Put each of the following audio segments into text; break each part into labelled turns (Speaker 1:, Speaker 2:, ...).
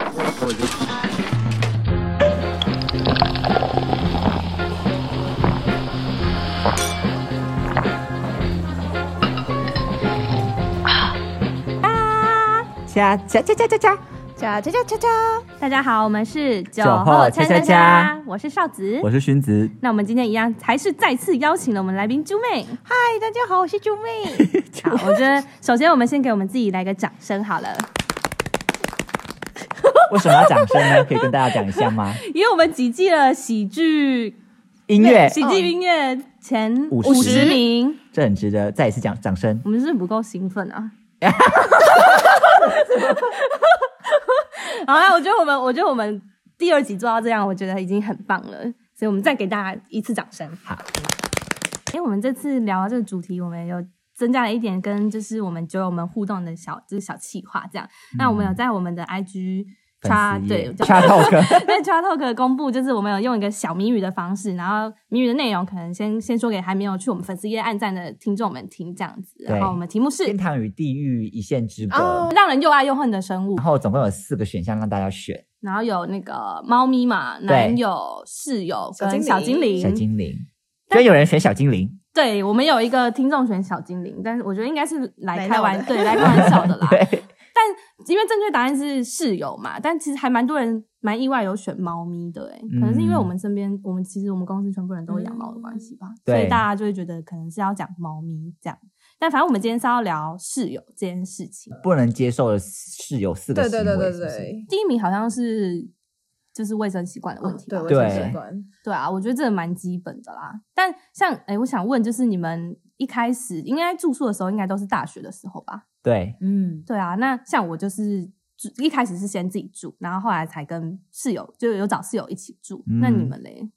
Speaker 1: 我就
Speaker 2: 加加加加加加，
Speaker 3: 加加加加加，
Speaker 4: 大家好，我们是酒
Speaker 1: 后
Speaker 4: 恰
Speaker 1: 恰恰，
Speaker 4: 我是少子，
Speaker 1: 我是荀子，
Speaker 4: 那我们今天一样，还是再次邀请了我们来宾啾妹。
Speaker 3: 嗨，大家好，我是猪妹。
Speaker 4: 好，我觉得首先我们先给我们自己来个掌声好了，
Speaker 1: 为什么要掌声呢？可以跟大家讲一 下吗？
Speaker 4: 因为我们挤进了喜剧
Speaker 1: 音乐，
Speaker 4: 喜剧音乐前
Speaker 1: 50
Speaker 4: 五十名，
Speaker 1: 这很值得再一次讲掌声。
Speaker 4: 我们是不是不够兴奋 啊。好啦，我觉得我们，我觉得我们第二集做到这样，我觉得已经很棒了，所以我们再给大家一次掌声。
Speaker 1: 好，
Speaker 4: 因为我们这次聊这个主题，我们有增加了一点跟就是我们酒友们互动的小就是小企划这样。那我们有在我们的 IG
Speaker 1: 嗯粉
Speaker 4: 叉
Speaker 1: 丝
Speaker 4: 对
Speaker 1: 页，叉 talk，
Speaker 4: 在 c h a Talk 公布，就是我们有用一个小谜语的方式，然后谜语的内容可能先先说给还没有去我们粉丝页按赞的听众们听，这样子。
Speaker 1: 对
Speaker 4: 然后我们题目是
Speaker 1: 天堂与地狱一线之隔。
Speaker 3: 哦
Speaker 4: 让人又爱又恨的生物
Speaker 1: 然，后总共有四个选项让大家选，
Speaker 4: 然后有那个猫咪嘛，男友、室友跟
Speaker 3: 小
Speaker 4: 小精
Speaker 3: 精
Speaker 4: 灵。
Speaker 3: 灵
Speaker 1: 小精灵，居然有人选小精灵，
Speaker 4: 对我们有一个听众选小精灵，但是我觉得应该是来
Speaker 3: 来
Speaker 4: 开
Speaker 3: 闹
Speaker 4: 玩
Speaker 3: 的
Speaker 4: 对来开玩笑的啦。
Speaker 1: 对，
Speaker 4: 因为正确答案是室友嘛，但其实还蛮多人蛮意外有选猫咪的哎、
Speaker 1: 嗯
Speaker 4: 可能是因为我们身边，我们其实我们公司全部人都有养猫的关系吧，
Speaker 1: 嗯对
Speaker 4: 所以大家就会觉得可能是要讲猫咪这样。但反正我们今天是要聊室友这件事情。
Speaker 1: 不能接受的室友四个
Speaker 3: 对
Speaker 1: 行
Speaker 3: 对
Speaker 1: 为，
Speaker 3: 对对
Speaker 1: 是不是，
Speaker 3: 对，
Speaker 4: 第一名好像是就是卫生习惯的问题吧、
Speaker 3: 哦对，我
Speaker 1: 对
Speaker 3: 也是习惯。
Speaker 4: 对啊，我觉得这个蛮基本的啦。但像哎、我想问，就是你们一开始应该住宿的时候，应该都是大学的时候吧？
Speaker 1: 对，
Speaker 3: 嗯，
Speaker 4: 对啊，那像我就是住一开始是先自己住，然后后来才跟室友，就有找室友一起住。
Speaker 1: 嗯
Speaker 4: 那你们嘞？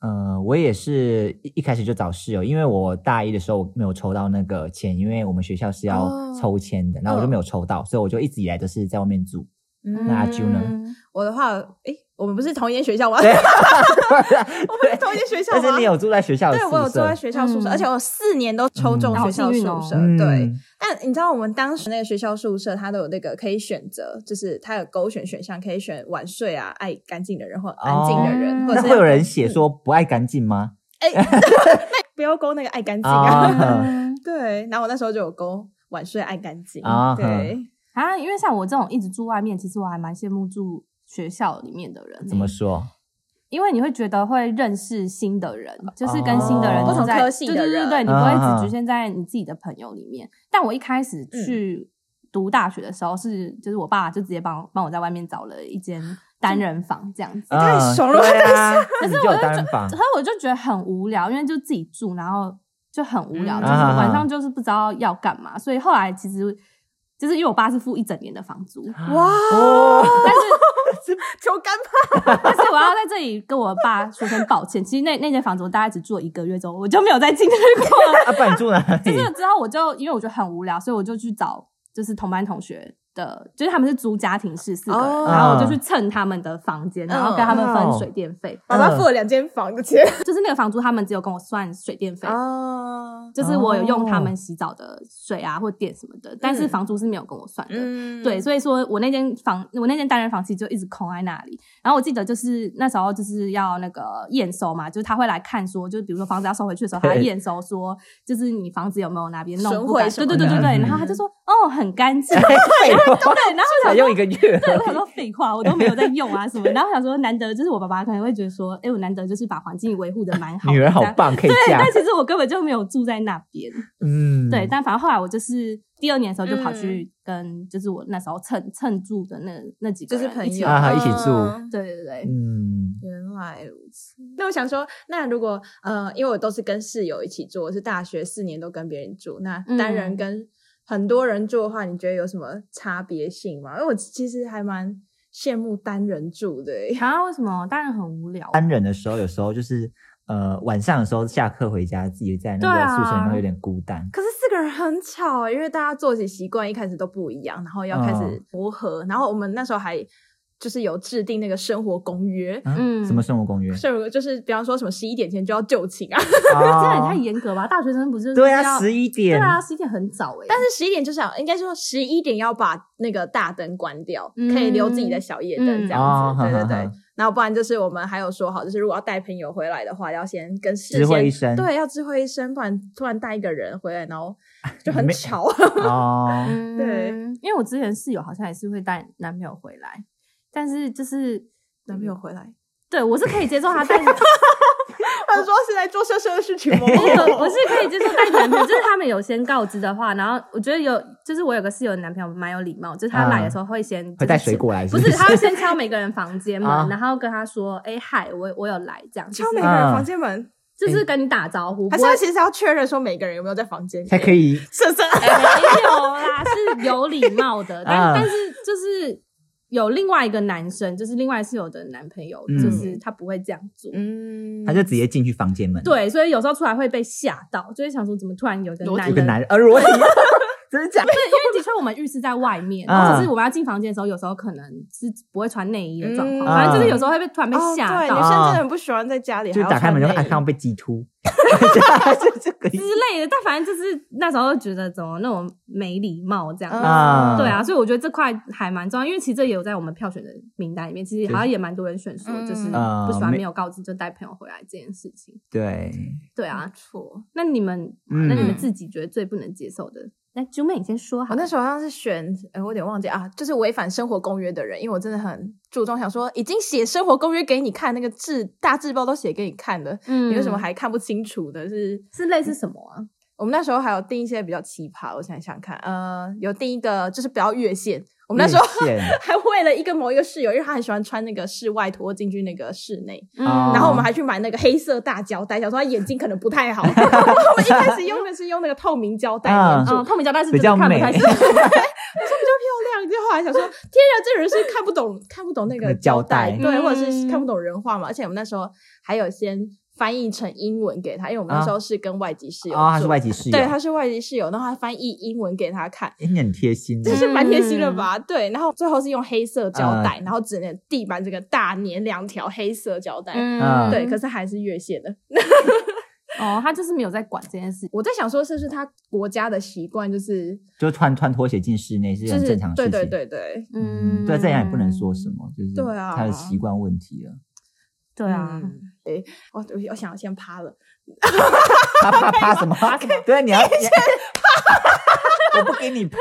Speaker 1: 呃，我也是一一开始就找室友，因为我大一的时候我没有抽到那个签，因为我们学校是要
Speaker 3: 哦
Speaker 1: 抽签的，然后我就
Speaker 3: 嗯
Speaker 1: 没有抽到，所以我就一直以来都是在外面住。那阿啾呢
Speaker 4: 嗯？
Speaker 3: 我的话，诶，我们不是同一间学校吗？
Speaker 1: 对
Speaker 3: 我们是同一间学校
Speaker 1: 但
Speaker 3: 吗？
Speaker 1: 是你有住在学校的
Speaker 3: 对，
Speaker 1: 宿
Speaker 3: 我有住在
Speaker 1: 舍，
Speaker 3: 学校宿舍，
Speaker 4: 嗯
Speaker 3: 而且我四年都抽中
Speaker 1: 嗯
Speaker 3: 学校宿
Speaker 4: 好
Speaker 3: 舍。
Speaker 4: 幸
Speaker 3: 对，
Speaker 1: 嗯，
Speaker 3: 但你知道我们当时那个学校宿舍，它都有那个可以选择，就是它有勾选选项，可以选晚睡啊、爱干净的人或安静的人，
Speaker 4: 哦
Speaker 3: 或者
Speaker 1: 那
Speaker 3: 是
Speaker 1: 会有人写说不爱干净吗？
Speaker 3: 哎，那不要勾那个爱干净啊。
Speaker 1: 嗯
Speaker 3: 对，然后我那时候就有勾晚睡爱干净
Speaker 1: 啊
Speaker 3: 对，
Speaker 4: 啊，因为像我这种一直住外面，其实我还蛮羡慕住学校里面的人。欸
Speaker 1: 怎么？说？
Speaker 4: 因为你会觉得会认识新的人，就是跟新的人
Speaker 1: 哦
Speaker 4: 住在
Speaker 3: 不同科系的人
Speaker 4: 对对对对，你不
Speaker 1: 啊
Speaker 4: 会
Speaker 1: 啊
Speaker 4: 只局限在你自己的朋友里面。但我一开始
Speaker 3: 嗯
Speaker 4: 去读大学的时候是，就是我爸就直接帮帮我在外面找了一间单人房这样子。
Speaker 1: 啊，
Speaker 3: 太爽了
Speaker 1: 对啊，自己
Speaker 4: 我
Speaker 1: 就有
Speaker 4: 就
Speaker 1: 单人房
Speaker 4: 可，是我就觉得很无聊，因为就自己住，然后就很无聊，
Speaker 3: 嗯
Speaker 4: 就是
Speaker 1: 啊
Speaker 4: 晚上就是不知道要干嘛，所以后来其实就是因为我爸是付一整年的房 租，
Speaker 3: 哇，
Speaker 1: 哦，
Speaker 4: 但是
Speaker 3: 求干吧，
Speaker 4: 但是我要在这里跟我爸说声抱歉，其实那那间房子我大概只住了一个月之后，我就没有再进去过了。
Speaker 1: 啊，不然你住哪
Speaker 4: 就
Speaker 1: 里？
Speaker 4: 是之后我就因为我觉得很无聊，所以我就去找就是同班同学。的，就是他们是租家庭式四个人
Speaker 3: 哦嗯
Speaker 4: 然后我就去蹭他们的房间，然后跟他们
Speaker 1: 哇哦
Speaker 4: 分水电费。
Speaker 3: 爸爸付了两间房的钱
Speaker 4: 就是那个房租，他们只有跟我算水电费，
Speaker 3: 哦，
Speaker 4: 就是我有用他们洗澡的水啊或电什么的，但是房租是没有跟我算 的。
Speaker 3: 嗯
Speaker 4: 对，所以说我那间房，我那间单人房其实就一直空在那里。然后我记得就是那时候就是要那个验收嘛，就是他会来看说，就是比如说房子要收回去的时候，他
Speaker 1: 对
Speaker 4: 会验收说，就是你房子有没有哪边弄
Speaker 3: 损
Speaker 4: 不
Speaker 3: 毁
Speaker 4: 干
Speaker 3: 什
Speaker 4: 净。
Speaker 3: 么
Speaker 4: 对对对对对，
Speaker 1: 的
Speaker 4: 然后他就说，哦，很干净。
Speaker 1: 哎废话，
Speaker 4: 对，然后我想
Speaker 1: 才用一个月，
Speaker 4: 对，我想说 废话，我都没有在用啊什么。然后我想说，难得就是我爸爸可能会觉得说，哎、我难得就是把环境维护的蛮好的，
Speaker 1: 女儿好
Speaker 4: 这样
Speaker 1: 棒，可以
Speaker 4: 对，
Speaker 1: 嫁
Speaker 4: 但，其实我根本就没有住在那边。
Speaker 1: 嗯，
Speaker 4: 对，但反正后来我就是第二年的时候就跑去跟就是我那时候蹭蹭住的那那几个
Speaker 3: 就是
Speaker 4: 人
Speaker 3: 朋
Speaker 4: 一起
Speaker 3: 友
Speaker 1: 啊一起住
Speaker 3: 嗯
Speaker 4: 对对对，
Speaker 1: 嗯，
Speaker 3: 原来如此。那我想说，那如果呃，因为我都是跟室友一起住，我是大学四年都跟别人住，那单人
Speaker 4: 嗯
Speaker 3: 跟很多人住的话，你觉得有什么差别性吗？因为我其实还蛮羡慕单人住的欸、
Speaker 4: 然后啊为什么？当然很无聊。
Speaker 1: 单人的时候，有时候就是呃晚上的时候下课回家，自己在那
Speaker 4: 对
Speaker 1: 个
Speaker 4: 啊
Speaker 1: 宿舍里面会有点孤单。
Speaker 3: 可是四个人很吵、欸，因为大家作息习惯一开始都不一样，然后要开始
Speaker 1: 嗯
Speaker 3: 磨合，然后我们那时候还。就是有制定那个生活公约，
Speaker 1: 啊
Speaker 4: 嗯
Speaker 1: 什么生活公约？
Speaker 3: 生活就是比方说什么十一点前就要就寝啊，
Speaker 4: 这
Speaker 1: 这
Speaker 4: 样也太严格吧？大学生不就是
Speaker 1: 哦对啊，
Speaker 4: 要
Speaker 1: 十一
Speaker 4: 对
Speaker 1: 点，
Speaker 4: 啊，十一点很早哎、
Speaker 3: 但是十一点就是要应该说十一点要把那个大灯关掉，
Speaker 4: 嗯
Speaker 3: 可以留自己的小夜灯
Speaker 4: 嗯
Speaker 3: 这样
Speaker 1: 哦
Speaker 3: 子，
Speaker 1: 哈
Speaker 3: 对对
Speaker 1: 哈
Speaker 3: 对
Speaker 1: 哈。
Speaker 3: 然后不然就是我们还有说好，就是如果要带朋友回来的话，要先跟事
Speaker 1: 知会
Speaker 3: 先
Speaker 1: 一声
Speaker 3: 对，要知会一声，不然突然带一个人回来，然后就很
Speaker 1: 没
Speaker 3: 吵。
Speaker 1: 哦，
Speaker 4: 嗯，
Speaker 3: 对，
Speaker 4: 因为我之前室友好像也是会带男朋友回来，但是就是
Speaker 3: 男朋友回来，
Speaker 4: 对我是可以接受他 带，
Speaker 3: 他说是在做色色的事情吗？
Speaker 4: 我我是可以接受带男朋友，就是他们有先告知的话，然后我觉得有，就是我有个室友的男朋友蛮有礼貌，就是他来的时候会先、就是
Speaker 1: 嗯会带水果来
Speaker 4: 不
Speaker 1: 不
Speaker 4: 是，他会先敲每个人房间门，
Speaker 1: 啊
Speaker 4: 然后跟他说：“哎、嗨，我我有来。”这样，就
Speaker 3: 敲每
Speaker 4: 是
Speaker 3: 个人
Speaker 1: 嗯
Speaker 3: 房间门，
Speaker 1: 哎
Speaker 4: 就是跟你打招呼，
Speaker 3: 还
Speaker 4: 不
Speaker 3: 是他
Speaker 4: 会
Speaker 3: 其实要确认说每个人有没有在房间里
Speaker 1: 才可以
Speaker 3: 色 色。
Speaker 4: 哎没有啦，是有礼貌的，但、
Speaker 1: 啊
Speaker 4: 但是就是有另外一个男生，就是另外室友的男朋友，
Speaker 1: 嗯
Speaker 4: 就是他不会这样做。
Speaker 3: 嗯
Speaker 1: 他就直接进去房间门，，
Speaker 4: 对，所以有时候出来会被吓到，就会想说怎么突然有一个
Speaker 3: 有
Speaker 4: 男
Speaker 1: 有
Speaker 4: 人，
Speaker 1: 个男人，呃，裸体，真的假的？
Speaker 4: 对，因为的确我们浴室在外面，
Speaker 1: 啊
Speaker 4: 然后只是我们要进房间的时候，有时候可能是不会穿内衣的状况，
Speaker 3: 嗯
Speaker 4: 反正就是有时候会被突然被
Speaker 3: 哦，
Speaker 4: 吓
Speaker 3: 对，
Speaker 4: 到、
Speaker 3: 女生真的很不喜欢在家里，
Speaker 1: 就打开门就哎，看到。被鸡突， 就这个意
Speaker 4: 之
Speaker 1: 思
Speaker 4: 类的。但反正就是那时候就觉得怎么那种没礼貌这样。
Speaker 3: 嗯
Speaker 1: 啊，
Speaker 4: 对啊，所以我觉得这块还蛮重要，因为其实这也有在我们票选的名单里面，其实好像也蛮多人选说，
Speaker 3: 嗯
Speaker 4: 就是
Speaker 1: 啊
Speaker 4: 不喜欢
Speaker 1: 没
Speaker 4: 没有告知就带朋友回来这件事情。
Speaker 1: 对，
Speaker 4: 对啊，错。那你们，
Speaker 1: 嗯
Speaker 4: 那你们自己觉得最不能接受的，那九妹你先说好
Speaker 3: 我
Speaker 4: 了。
Speaker 3: 哦那时候好像是选，呃，我有点忘记啊，就是违反生活公约的人，因为我真的很注重，想说已经写生活公约给你看，那个字大字报都写给你看的，
Speaker 4: 嗯
Speaker 3: 你为什么还看不清楚的？是
Speaker 4: 是类似什么啊？
Speaker 3: 我们那时候还有定一些比较奇葩，我想想看，呃，有定一个就是不要越线，我们那时候
Speaker 1: 越线
Speaker 3: 还为了一个某一个室友，因为他很喜欢穿那个室外拖进去那个室内，
Speaker 4: 嗯
Speaker 1: 哦
Speaker 3: 然后我们还去买那个黑色大胶带， 想说他眼睛可能不太好。我们一开始用的是用那个透明胶带
Speaker 1: 啊
Speaker 3: 粘住，
Speaker 4: 嗯，透明胶带是
Speaker 1: 哦比较
Speaker 4: 真的看不 太
Speaker 1: 美
Speaker 4: 清楚
Speaker 3: 漂亮。就后来想说，天啊，这人是看不懂看不懂那个胶带，
Speaker 1: 胶
Speaker 4: 带
Speaker 3: 对，
Speaker 4: 嗯
Speaker 3: 或者是看不懂人话嘛。而且我们那时候还有先翻译成英文给他，因为我们那时候是跟外籍室友，
Speaker 1: 啊哦，他是外，籍室友，
Speaker 3: 对，他是外籍室友，然后还翻译英文给他看。
Speaker 1: 哎你很贴心的
Speaker 3: 这，是蛮贴心的
Speaker 4: 嗯
Speaker 3: 吧？对，然后最后是用黑色胶带，
Speaker 1: 啊
Speaker 3: 然后只能地板这个大粘两条黑色胶带，
Speaker 1: 嗯
Speaker 3: 对，可是还是越线的。
Speaker 4: 哦，他就是没有在管这件事。
Speaker 3: 我在想说，是不是他国家的习惯就是
Speaker 1: 就穿穿拖鞋进室内是
Speaker 3: 就
Speaker 1: 很
Speaker 3: 是
Speaker 1: 正常的
Speaker 3: 对
Speaker 1: 事情，
Speaker 3: 对对对，
Speaker 1: 嗯，对，这样也不能说什。么，就是
Speaker 3: 对啊
Speaker 1: 他的习惯问题了，
Speaker 4: 对啊，
Speaker 3: 嗯我我我想要先趴了，
Speaker 1: 啪啪啪什么？对，你要，我不给你 啪，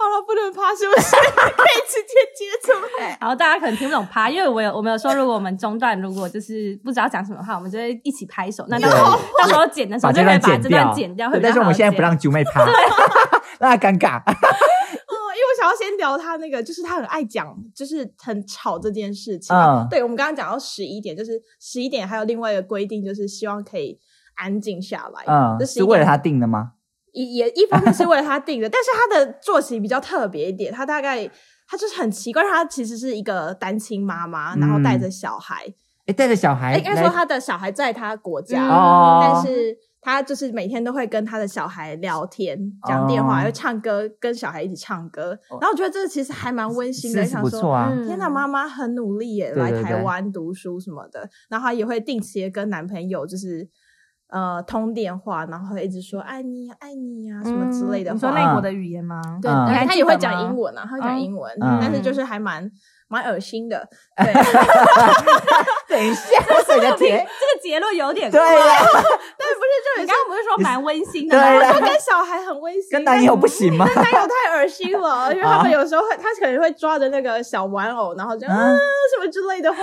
Speaker 3: 好了，不能趴是不是？可以直接接着 吗？
Speaker 4: 然后大家可能听不懂趴，因为我有我们有说，如果我们中段如果就是不知道讲什么的话，我们就会一起拍手。那到时候到时候剪的时候
Speaker 1: 把
Speaker 4: 就
Speaker 1: 这
Speaker 4: 可以
Speaker 1: 段
Speaker 4: 把
Speaker 1: 剪
Speaker 4: 这段剪掉，会
Speaker 1: 对
Speaker 4: 比较
Speaker 1: 但是我们
Speaker 4: 好
Speaker 1: 现在
Speaker 4: 剪
Speaker 1: 不让 九妹啪， 那尴尬。
Speaker 3: 哦，因为我想要先聊他那个，就是他很爱讲，就是很吵这件事情。啊
Speaker 1: 嗯
Speaker 3: 对，我们刚刚讲到十一点，就是十一点还有另外一个规定，就是希望可以安静下来。
Speaker 1: 嗯，
Speaker 3: 这
Speaker 1: 是
Speaker 3: 11
Speaker 1: 为了
Speaker 3: 点
Speaker 1: 他定的吗？
Speaker 3: 也也一方面是为了他定的，但是他的作息比较特别一点，他大概他就是很奇怪，他其实是一个单亲妈妈，然后带着小孩，
Speaker 1: 哎，带着小孩，
Speaker 3: 应该说他的小孩在他国家，
Speaker 4: 嗯
Speaker 1: 哦，
Speaker 3: 但是他就是每天都会跟他的小孩聊天、讲电话，
Speaker 1: 哦
Speaker 3: 又唱歌，跟小孩一起唱歌，
Speaker 1: 哦
Speaker 3: 然后我觉得这其实还蛮温馨的，
Speaker 1: 是是
Speaker 3: 想
Speaker 1: 不
Speaker 3: 说
Speaker 1: 错啊，
Speaker 4: 嗯
Speaker 3: 天呐，妈妈很努力耶，
Speaker 1: 对对
Speaker 3: 来台
Speaker 1: 对
Speaker 3: 湾读书什么的，然后她也会定期地跟男朋友就是呃通电话，然后会一直说爱你呀、爱你呀、什么之类的
Speaker 4: 嗯你
Speaker 3: 话。
Speaker 4: 说那国的语言吗？
Speaker 3: 对，
Speaker 1: 嗯
Speaker 3: 对
Speaker 4: 还
Speaker 3: 她
Speaker 4: 记
Speaker 3: 也会
Speaker 4: 得吗
Speaker 3: 讲英文啊，她会讲英文，
Speaker 1: 嗯
Speaker 3: 但是就是还蛮蛮恶心的。对，
Speaker 1: 等一下，所以你要
Speaker 4: 这
Speaker 1: 贴，
Speaker 4: 个结论有点
Speaker 1: 对呀，
Speaker 4: 你刚刚不是说蛮温馨的
Speaker 1: 对
Speaker 4: 吗？
Speaker 1: 呀
Speaker 3: 她，跟小孩很温馨，
Speaker 1: 跟男友不
Speaker 3: 但
Speaker 1: 行吗？
Speaker 3: 男友太恶心
Speaker 1: 啊
Speaker 3: 了，因为他们有时候会，他可能会抓着那个小玩偶，然后就啊
Speaker 1: 啊
Speaker 3: 什么之类的话。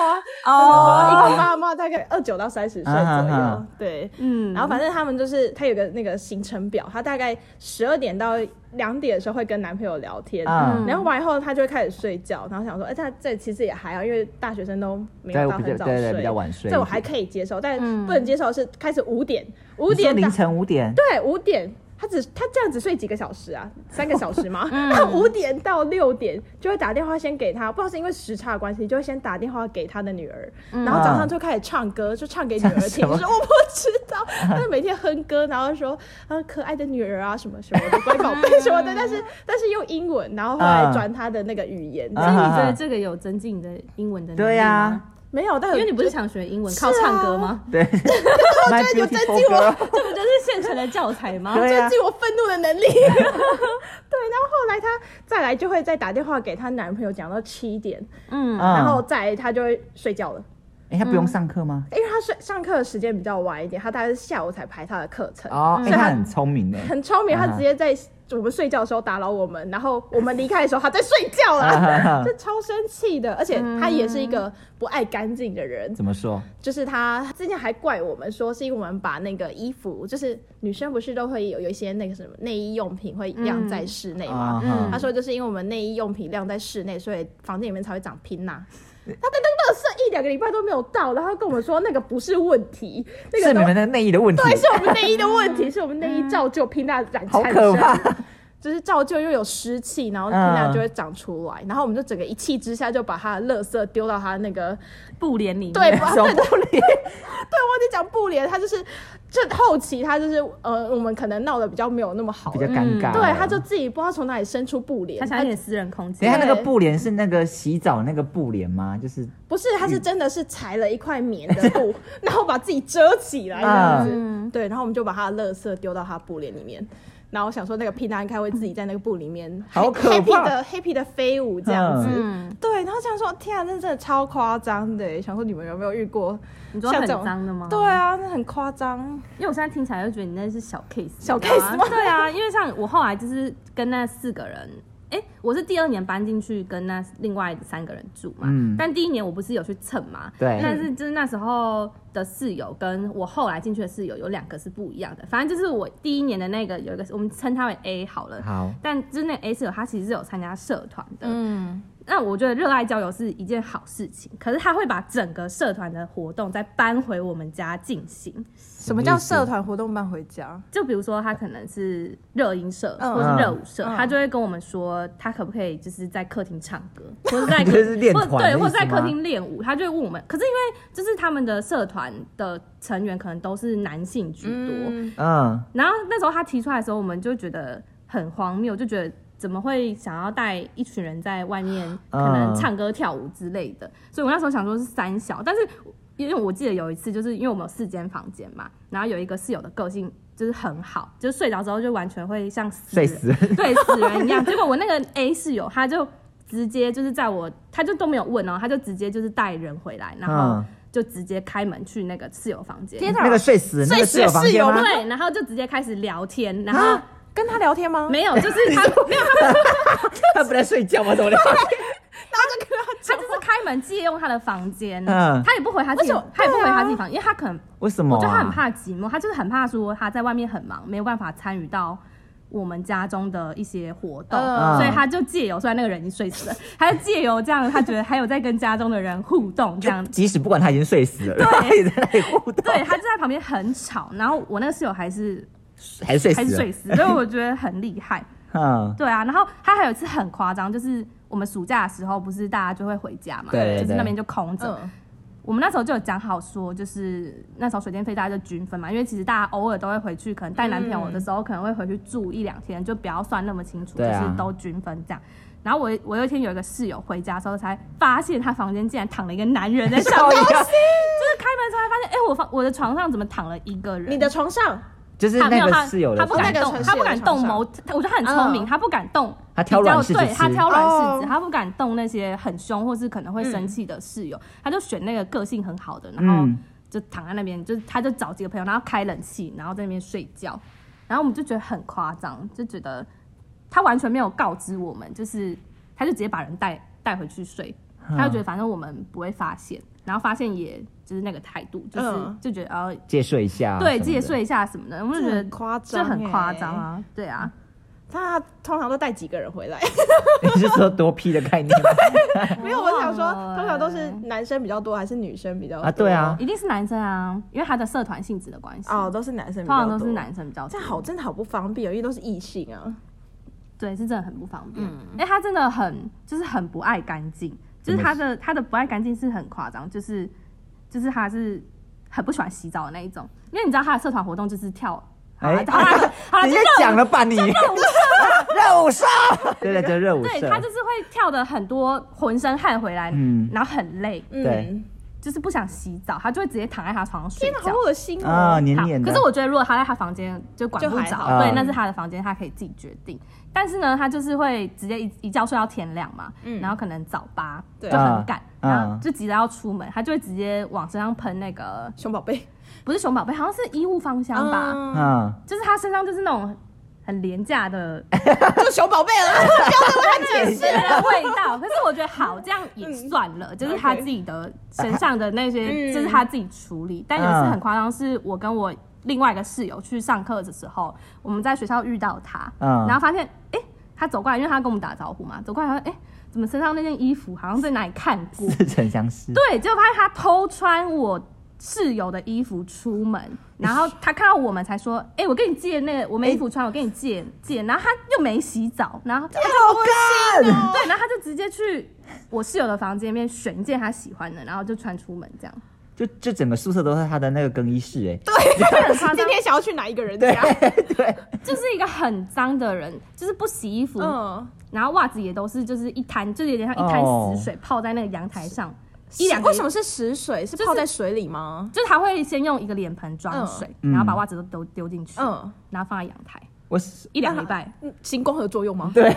Speaker 1: 哦
Speaker 3: 一个妈妈大概二九到三十岁
Speaker 1: 啊
Speaker 3: 左
Speaker 1: 啊
Speaker 3: 右
Speaker 1: 啊，
Speaker 3: 对。
Speaker 4: 嗯
Speaker 3: 然后反正他们就是他有个那个行程表，他大概十二点到两点的时候会跟男朋友聊天，
Speaker 1: 嗯
Speaker 3: 然后完以后他就会开始睡觉，然后想说，哎、他这其实也还好，因为大学生都没
Speaker 1: 对
Speaker 3: 有
Speaker 1: 我
Speaker 3: 到
Speaker 1: 比较
Speaker 3: 很早
Speaker 1: 对对
Speaker 3: 睡，
Speaker 1: 比较晚睡
Speaker 3: 这
Speaker 1: 一
Speaker 3: 我还
Speaker 1: 点
Speaker 3: 可以接受，但
Speaker 4: 嗯
Speaker 3: 不能接受的是开始五点，五
Speaker 1: 你说
Speaker 3: 点到
Speaker 1: 凌晨五点，
Speaker 3: 对五点他只他这样子睡几个小时啊？三个小时吗？他五点到六点就会打电话先给他，不知道是因为时差的关系，就会先打电话给他的女儿，然后早上就开始唱歌，就唱给女儿听。
Speaker 1: 什么
Speaker 3: 我说我不知道，他就每天哼歌，然后说啊可爱的女儿啊什么什么的乖宝贝什么的，但是但是用英文，然后后来
Speaker 1: 嗯
Speaker 3: 转他的那个语言，
Speaker 4: 所以你觉
Speaker 1: 啊
Speaker 4: 得这个有增进你的英文的能力吗
Speaker 1: 对呀，啊
Speaker 3: 没有，但
Speaker 4: 因为你不是想学英文靠唱歌吗？
Speaker 1: 对，我觉得有
Speaker 3: 啊有增进我
Speaker 4: 这不就是现成的教材吗？
Speaker 1: 对
Speaker 3: 就
Speaker 1: 啊
Speaker 3: 尽我愤怒的能力。对， 然后后来她再来就会再打电话给她男朋友，讲到七点，
Speaker 4: 嗯，
Speaker 1: 嗯
Speaker 3: 然后再来她就会睡觉了，
Speaker 1: 哎，他不用上课吗？
Speaker 3: 因为她睡上课的时间比较晚一点，她大概是下午才排她的课程，
Speaker 1: 哦，哎，
Speaker 3: 所以
Speaker 1: 他
Speaker 3: 他
Speaker 1: 很聪明哎。
Speaker 3: 很聪明，她
Speaker 1: 啊哈
Speaker 3: 直接在我们睡觉的时候打扰我们，然后我们离开的时候她在睡觉
Speaker 1: 啊哈
Speaker 3: 啦，
Speaker 1: 哈
Speaker 3: 这超生气的，而且她也是一个不爱干净的人，
Speaker 1: 怎么说？
Speaker 3: 就是他之前还怪我们说，是因为我们把那个衣服，就是女生不是都会有有一些那个什么内衣用品
Speaker 1: 嗯
Speaker 3: 会晾在室内吗？
Speaker 1: 啊哈
Speaker 3: 哎嗯他说就是因为我们内衣用品晾在室内，所以房间里面才会长拼呐。他的那个垃圾一两个礼拜都没有到，然后他跟我们说那个不是问题，那
Speaker 1: 是
Speaker 3: 个
Speaker 1: 你
Speaker 3: 都
Speaker 1: 们的内衣的问题，
Speaker 3: 对，是我们内衣的问 题，是我们内衣造就拼大染
Speaker 1: 好
Speaker 3: 产
Speaker 1: 可
Speaker 3: 生。
Speaker 1: 怕。嗯
Speaker 3: 就是照旧又有湿气，然后拼大就会长出来，然后我们就整个一气之下就把他的垃圾丢到他那 个
Speaker 4: 布帘里面
Speaker 3: 对，把
Speaker 1: 什么不理？
Speaker 3: 对，我忘记讲布帘，他就是这后期他就是呃，我们可能闹得比较没有那么好
Speaker 1: 比
Speaker 3: 了，
Speaker 1: 较尴尬。
Speaker 3: 嗯对，他就自己不知道从哪里生出布帘
Speaker 4: 他，想要一点私人空
Speaker 1: 等一
Speaker 4: 间
Speaker 1: 下，
Speaker 3: 对
Speaker 1: 那个布帘是那个洗澡那个布帘吗？就是
Speaker 3: 不是，他是真的是裁了一块棉的布， 然后把自己遮起来这样子，
Speaker 4: 嗯
Speaker 3: 对，然后我们就把他的垃圾丢到他布帘里面。然后我想说，那个屁蛋应该会自己在那个布里面
Speaker 1: 好可
Speaker 3: happy
Speaker 1: 怕
Speaker 3: 的 happy 的飞舞这样子，
Speaker 4: 嗯，
Speaker 3: 对。然后想说，天啊，那真的超夸张的耶！欸想说你们有没有遇过
Speaker 4: 你说
Speaker 3: 像
Speaker 4: 很
Speaker 3: 这种？
Speaker 4: 脏的吗？
Speaker 3: 对啊，那很夸张。
Speaker 4: 因为我现在听起来就觉得你那是小 case，
Speaker 3: 小
Speaker 4: 你知道
Speaker 3: case 吗
Speaker 4: 对啊，因为像我后来就是跟那四个人，哎、我是第二年搬进去跟那另外三个人住嘛，
Speaker 1: 嗯
Speaker 4: 但第一年我不是有去蹭嘛，
Speaker 1: 对
Speaker 4: 但是就是那时候的室友跟我后来进去的室友有两个是不一样的，反正就是我第一年的那个有一个我们称他为 A 好了，
Speaker 1: 好，
Speaker 4: 但就是那个 A 室友他其实是有参加社团的，
Speaker 3: 嗯，
Speaker 4: 那我觉得热爱交友是一件好事情，可是他会把整个社团的活动再搬回我们家进行。
Speaker 3: 什么叫社团活动办回家？
Speaker 4: 就比如说他可能是热音社
Speaker 3: 嗯
Speaker 4: 或是热舞社，
Speaker 3: 嗯
Speaker 4: 他就会跟我们说他可不可以就是在客厅唱 歌，或者在客
Speaker 1: 就是练团
Speaker 4: 或
Speaker 1: 的
Speaker 4: 对，
Speaker 1: 意思吗
Speaker 4: 或者在客厅练舞，他就会问我们。可是因为就是他们的社团的成员可能都是男性居多，
Speaker 3: 嗯
Speaker 1: 嗯，
Speaker 4: 然后那时候他提出来的时候，我们就觉得很荒谬，就觉得怎么会想要带一群人在外面可
Speaker 1: 啊
Speaker 4: 能唱歌跳舞之类的，所以我那时候想说是三小，但是因为我记得有一次，就是因为我们有四间房间嘛，然后有一个室友的个性就是很好，就是睡着之后就完全会像死
Speaker 1: 睡
Speaker 4: 人
Speaker 1: 死。
Speaker 4: 对死人一样。结果我那个 A 室友，他就直接就是在我，他就都没有问哦，他就直接就是带人回来，然后
Speaker 1: 嗯
Speaker 4: 就直接开门去那个室友房间。
Speaker 3: 天哪
Speaker 1: 那个睡死人那个室友房间吗？
Speaker 4: 对，然后就直接开始聊天，然后
Speaker 3: 啊，跟他聊天吗？
Speaker 4: 没有， 就是他没有，他
Speaker 1: 他不在睡觉吗？怎么聊？
Speaker 3: 然后就跟他
Speaker 4: 他
Speaker 3: 讲
Speaker 4: 就
Speaker 3: 话，
Speaker 4: 是开门借用他的房间，
Speaker 1: 嗯
Speaker 4: 他也不回他自己
Speaker 3: 为什么，
Speaker 4: 他也不回
Speaker 3: 对啊
Speaker 4: 他自己房，因为他可能
Speaker 1: 为什么
Speaker 4: 我觉得他很
Speaker 1: 啊？
Speaker 4: 怕寂寞，他就是很怕说他在外面很忙，没有办法参与到我们家中的一些活动，
Speaker 3: 嗯
Speaker 4: 所以他就借由虽然那个人已经睡死了，他就借由这样，他觉得还有在跟家中的人互动这样
Speaker 1: 就。即使不管他已经睡死了，他也在那里互动，
Speaker 4: 对他就在旁边很吵，然后我那个室友还是
Speaker 1: 还是睡
Speaker 4: 还是
Speaker 1: 死
Speaker 4: 睡
Speaker 1: 了。
Speaker 4: 死，所以我觉得很厉害。
Speaker 1: 嗯，
Speaker 4: 对啊，然后他还有一次很夸张，就是我们暑假的时候，不是大家就会回家嘛，
Speaker 1: 对对
Speaker 4: 就是
Speaker 1: 对
Speaker 4: 那边就空着。
Speaker 3: 嗯，
Speaker 4: 我们那时候就有讲好说，就是那时候水电费大家就均分嘛，因为其实大家偶尔都会回去，可能带男朋友的时候可能会回去住一两天，就不要算那么清楚，就
Speaker 1: 对啊
Speaker 4: 是都均分这样。然后我我有一天有一个室友回家的时候，才发现他房间竟然躺了一个男人在上 面，就是开门之后才发现，哎、我房我的床上怎么躺了一个人？
Speaker 3: 你的床上
Speaker 1: 就是
Speaker 4: 他没有
Speaker 1: 那个
Speaker 4: 他
Speaker 1: 室友的
Speaker 4: 他不敢
Speaker 3: 那个，
Speaker 4: 动
Speaker 1: 房间
Speaker 4: 他不敢动
Speaker 3: 城市的
Speaker 4: 某，我觉得他很聪明，
Speaker 3: 嗯
Speaker 4: 他不敢动比较，
Speaker 1: 他挑软柿子
Speaker 4: 对
Speaker 1: 吃
Speaker 4: 他挑软柿
Speaker 3: 哦
Speaker 4: 子，他不敢动那些很凶或是可能会生气的室友，他就选那个个性很好的，然后
Speaker 1: 嗯
Speaker 4: 就躺在那边，就是他就找几个朋友，然后开冷气，然后在那边睡觉，然后我们就觉得很夸张，就觉得他完全没有告知我们，就是他就直接把人带带回去睡，
Speaker 1: 嗯
Speaker 4: 他就觉得反正我们不会发现，然后发现也就是那个态度，就是
Speaker 3: 嗯
Speaker 4: 就觉得呃
Speaker 1: 借睡一下，
Speaker 4: 对，借。睡一下什么的，我们就觉
Speaker 3: 这很夸张
Speaker 4: 得这很夸张
Speaker 3: 欸
Speaker 4: 啊，对啊，
Speaker 3: 他通常都带几个人回来，
Speaker 1: 你是说多批的概念吗？
Speaker 3: 没有，我想说，通常都是男生比较多还是女生比较多
Speaker 1: 哦啊？对啊，
Speaker 4: 一定是男生啊，因为他的社团性质的关系，
Speaker 3: 哦，都是男生比
Speaker 4: 通
Speaker 3: 较
Speaker 4: 常
Speaker 3: 多，
Speaker 4: 都是男生比较
Speaker 3: 这
Speaker 4: 多。
Speaker 3: 样好真的好不方便哦，因为都是异性啊。
Speaker 4: 对，是真的很不方便。
Speaker 3: 嗯
Speaker 4: 因为他真的很就是很不爱干净，就是他的他的不爱干净是很夸张，就是就是他是很不喜欢洗澡的那一种，因为你知道他的社团活动就是跳。好了
Speaker 1: 哎
Speaker 4: 好了 好了，
Speaker 1: 直
Speaker 4: 就
Speaker 1: 接
Speaker 4: 热舞
Speaker 1: 讲了吧你， 热舞社，对对对，热舞
Speaker 4: 对
Speaker 1: 社
Speaker 4: 他，就是会跳的很多浑身汗回来，
Speaker 1: 嗯
Speaker 4: 然后很累，
Speaker 1: 对
Speaker 3: 嗯，
Speaker 4: 就是不想洗澡，他就会直接躺在他床上睡
Speaker 3: 天哪，好
Speaker 4: 觉。
Speaker 3: 恶心
Speaker 1: 啊，
Speaker 3: 哦！
Speaker 1: 黏
Speaker 4: 好
Speaker 1: 黏的。
Speaker 4: 可是我觉得如果他在他房间就管不
Speaker 3: 就还
Speaker 4: 着，
Speaker 1: 好
Speaker 4: 对，
Speaker 1: 嗯
Speaker 4: 那是他的房间，他可以自己决定。但是呢，他就是会直接一一觉睡到天亮嘛，然后可能早八就
Speaker 3: 嗯对
Speaker 4: 很赶，
Speaker 1: 嗯
Speaker 4: 然后就急着要出门，他就会直接往身上喷那个
Speaker 3: 熊宝贝，
Speaker 4: 不是熊宝贝，好像是衣物芳香吧，
Speaker 3: 嗯
Speaker 1: 嗯，
Speaker 4: 就是他身上就是那种很廉价的
Speaker 3: 啊就熊宝贝 了。
Speaker 4: 解释的味道。可是我觉得好，这样也算了，就是
Speaker 3: 嗯
Speaker 4: 他
Speaker 3: OK
Speaker 4: 自己的身上的那些，
Speaker 3: 嗯
Speaker 4: 就是他自己处理。但有一次很夸张，是我跟我另外一个室友去上课的时候，我们在学校遇到他，
Speaker 1: 嗯
Speaker 4: 然后发现，哎，他走过来，因为他跟我们打招呼嘛，走过来他说，哎，怎么身上那件衣服好像在哪里看过？
Speaker 1: 似曾相识。
Speaker 4: 对，结果发现他偷穿我室友的衣服出门，然后他看到我们才说：“哎、我跟你借那个，我没衣服穿，我跟你借借。”然后他又没洗澡，然后啊
Speaker 1: 好啊干，
Speaker 4: 对，然后他就直接去我室友的房间里面选一件他喜欢的，然后就穿出门这样。
Speaker 1: 就就整个宿舍都是他的那个更衣室，哎，
Speaker 4: 很夸张
Speaker 3: 今天想要去哪一个人家？
Speaker 4: 就是一个很脏的人，就是不洗衣服，
Speaker 3: 嗯，
Speaker 4: 然后袜子也都是就是一滩，就是有点像一滩死
Speaker 1: 哦
Speaker 4: 水泡在那个阳台上。一两个
Speaker 3: 为什么是食水？是
Speaker 4: 就是
Speaker 3: 泡在水里吗？
Speaker 4: 就是他会先用一个脸盆装水，
Speaker 1: 嗯
Speaker 4: 然后把袜子都都丢进去，
Speaker 3: 嗯
Speaker 4: 然后放在阳台
Speaker 1: 我是
Speaker 4: 一两个礼拜。
Speaker 3: 嗯，行光合作用 吗？
Speaker 1: 对呀，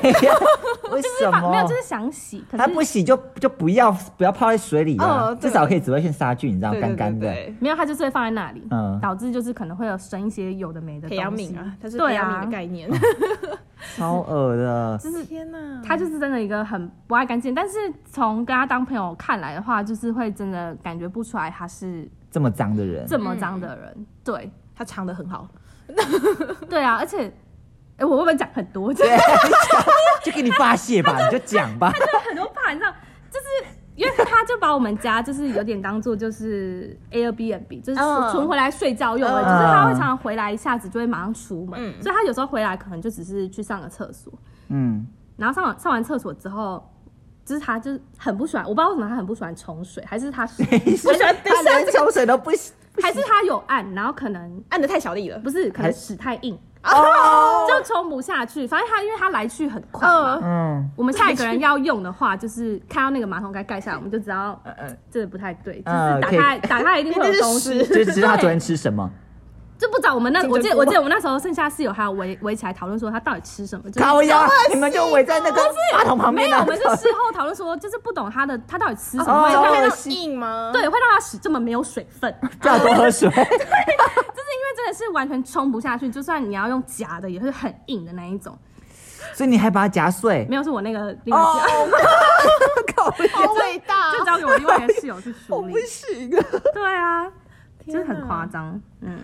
Speaker 1: 为什
Speaker 4: 没有，
Speaker 1: 么
Speaker 4: 就？是想洗，可哦
Speaker 1: 他
Speaker 4: 是
Speaker 1: 不洗就就不要不要泡在水里啊，
Speaker 3: 嗯
Speaker 1: 至
Speaker 3: 对
Speaker 1: 少可以紫外线杀菌，你知道
Speaker 3: 对
Speaker 1: 啊干
Speaker 3: 对对
Speaker 1: 干的。
Speaker 3: 对，
Speaker 4: 没有，它就是会放在那里，
Speaker 1: 嗯
Speaker 4: 导致就是可能会有生一些有的没的
Speaker 3: 培养
Speaker 4: 东西
Speaker 3: 皿啊，它是培
Speaker 4: 对
Speaker 3: 养皿
Speaker 4: 啊
Speaker 3: 的，概 念。
Speaker 1: 超恶的，
Speaker 4: 就是
Speaker 3: 天哪，
Speaker 4: 他就是真的一个很不爱干净，但是从跟他当朋友看来的话，就是会真的感觉不出来他是
Speaker 1: 这么脏的人，
Speaker 4: 这么脏的人。嗯对，
Speaker 3: 他藏的很好，
Speaker 4: 对啊，而且，哎、我会不会 讲很多？就是
Speaker 1: 就给你发泄吧，你就讲吧。
Speaker 4: 很多怕，你知道，就是因为他就把我们家就是有点当做就是 Airbnb，就是
Speaker 3: 嗯
Speaker 4: 存回来睡觉用的，
Speaker 3: 嗯
Speaker 4: 就是他会常常回来一下子就会马上出门，
Speaker 3: 嗯
Speaker 4: 所以他有时候回来可能就只是去上个厕所，
Speaker 1: 嗯，
Speaker 4: 然后上完上完厕所之后。就是他，就是很不喜欢，我不知道为什么他很不喜欢冲水，还是他
Speaker 1: 你说
Speaker 4: 还是
Speaker 1: 他连冲水都不洗
Speaker 4: 还是他有按，然后可能
Speaker 3: 按的太小力了。
Speaker 4: 不是，可
Speaker 1: 还
Speaker 4: 能屎太硬，
Speaker 1: 哦，
Speaker 4: 就冲不下去。反正他因为他来去很快嘛，
Speaker 1: 嗯
Speaker 4: 我们下一个人要用的话，就是看到那个马桶盖盖下来，我们就知道
Speaker 1: 嗯，
Speaker 4: 这不太对，就
Speaker 1: 嗯
Speaker 4: 是打开打开一定会有东
Speaker 3: 一
Speaker 4: 西
Speaker 3: 定是，
Speaker 1: 就知道他昨天吃什么，
Speaker 4: 就不找我们 那
Speaker 3: 竞争
Speaker 4: 我记得
Speaker 3: 锅
Speaker 4: 我记得我们那时候剩下室友还有围围起来讨论说他到底吃什么，就是
Speaker 1: 烤鸭，你们就围在那个马桶旁
Speaker 4: 没
Speaker 1: 边
Speaker 4: 有，
Speaker 1: 啊
Speaker 4: 我们是事后讨论说就是不懂他的他到底吃什么，
Speaker 1: 哦
Speaker 4: 会让
Speaker 1: 好
Speaker 4: 他
Speaker 1: 恶
Speaker 3: 会
Speaker 1: 心
Speaker 3: 硬吗？
Speaker 4: 对，会让他屎这么没有水分， 就是
Speaker 1: 最好多喝水。
Speaker 4: 因为真的是完全冲不下去，就算你要用夹的也是很硬的那一种，
Speaker 1: 所以你还把它夹碎
Speaker 4: 没有是我那个另外一个
Speaker 1: 哦，靠
Speaker 3: 好伟大，
Speaker 4: 就交给我另外一个室友去
Speaker 3: 我
Speaker 4: 处理
Speaker 3: 不。行啊！
Speaker 4: 对啊，就是
Speaker 3: 天
Speaker 4: 很
Speaker 3: 哪
Speaker 4: 夸张。嗯，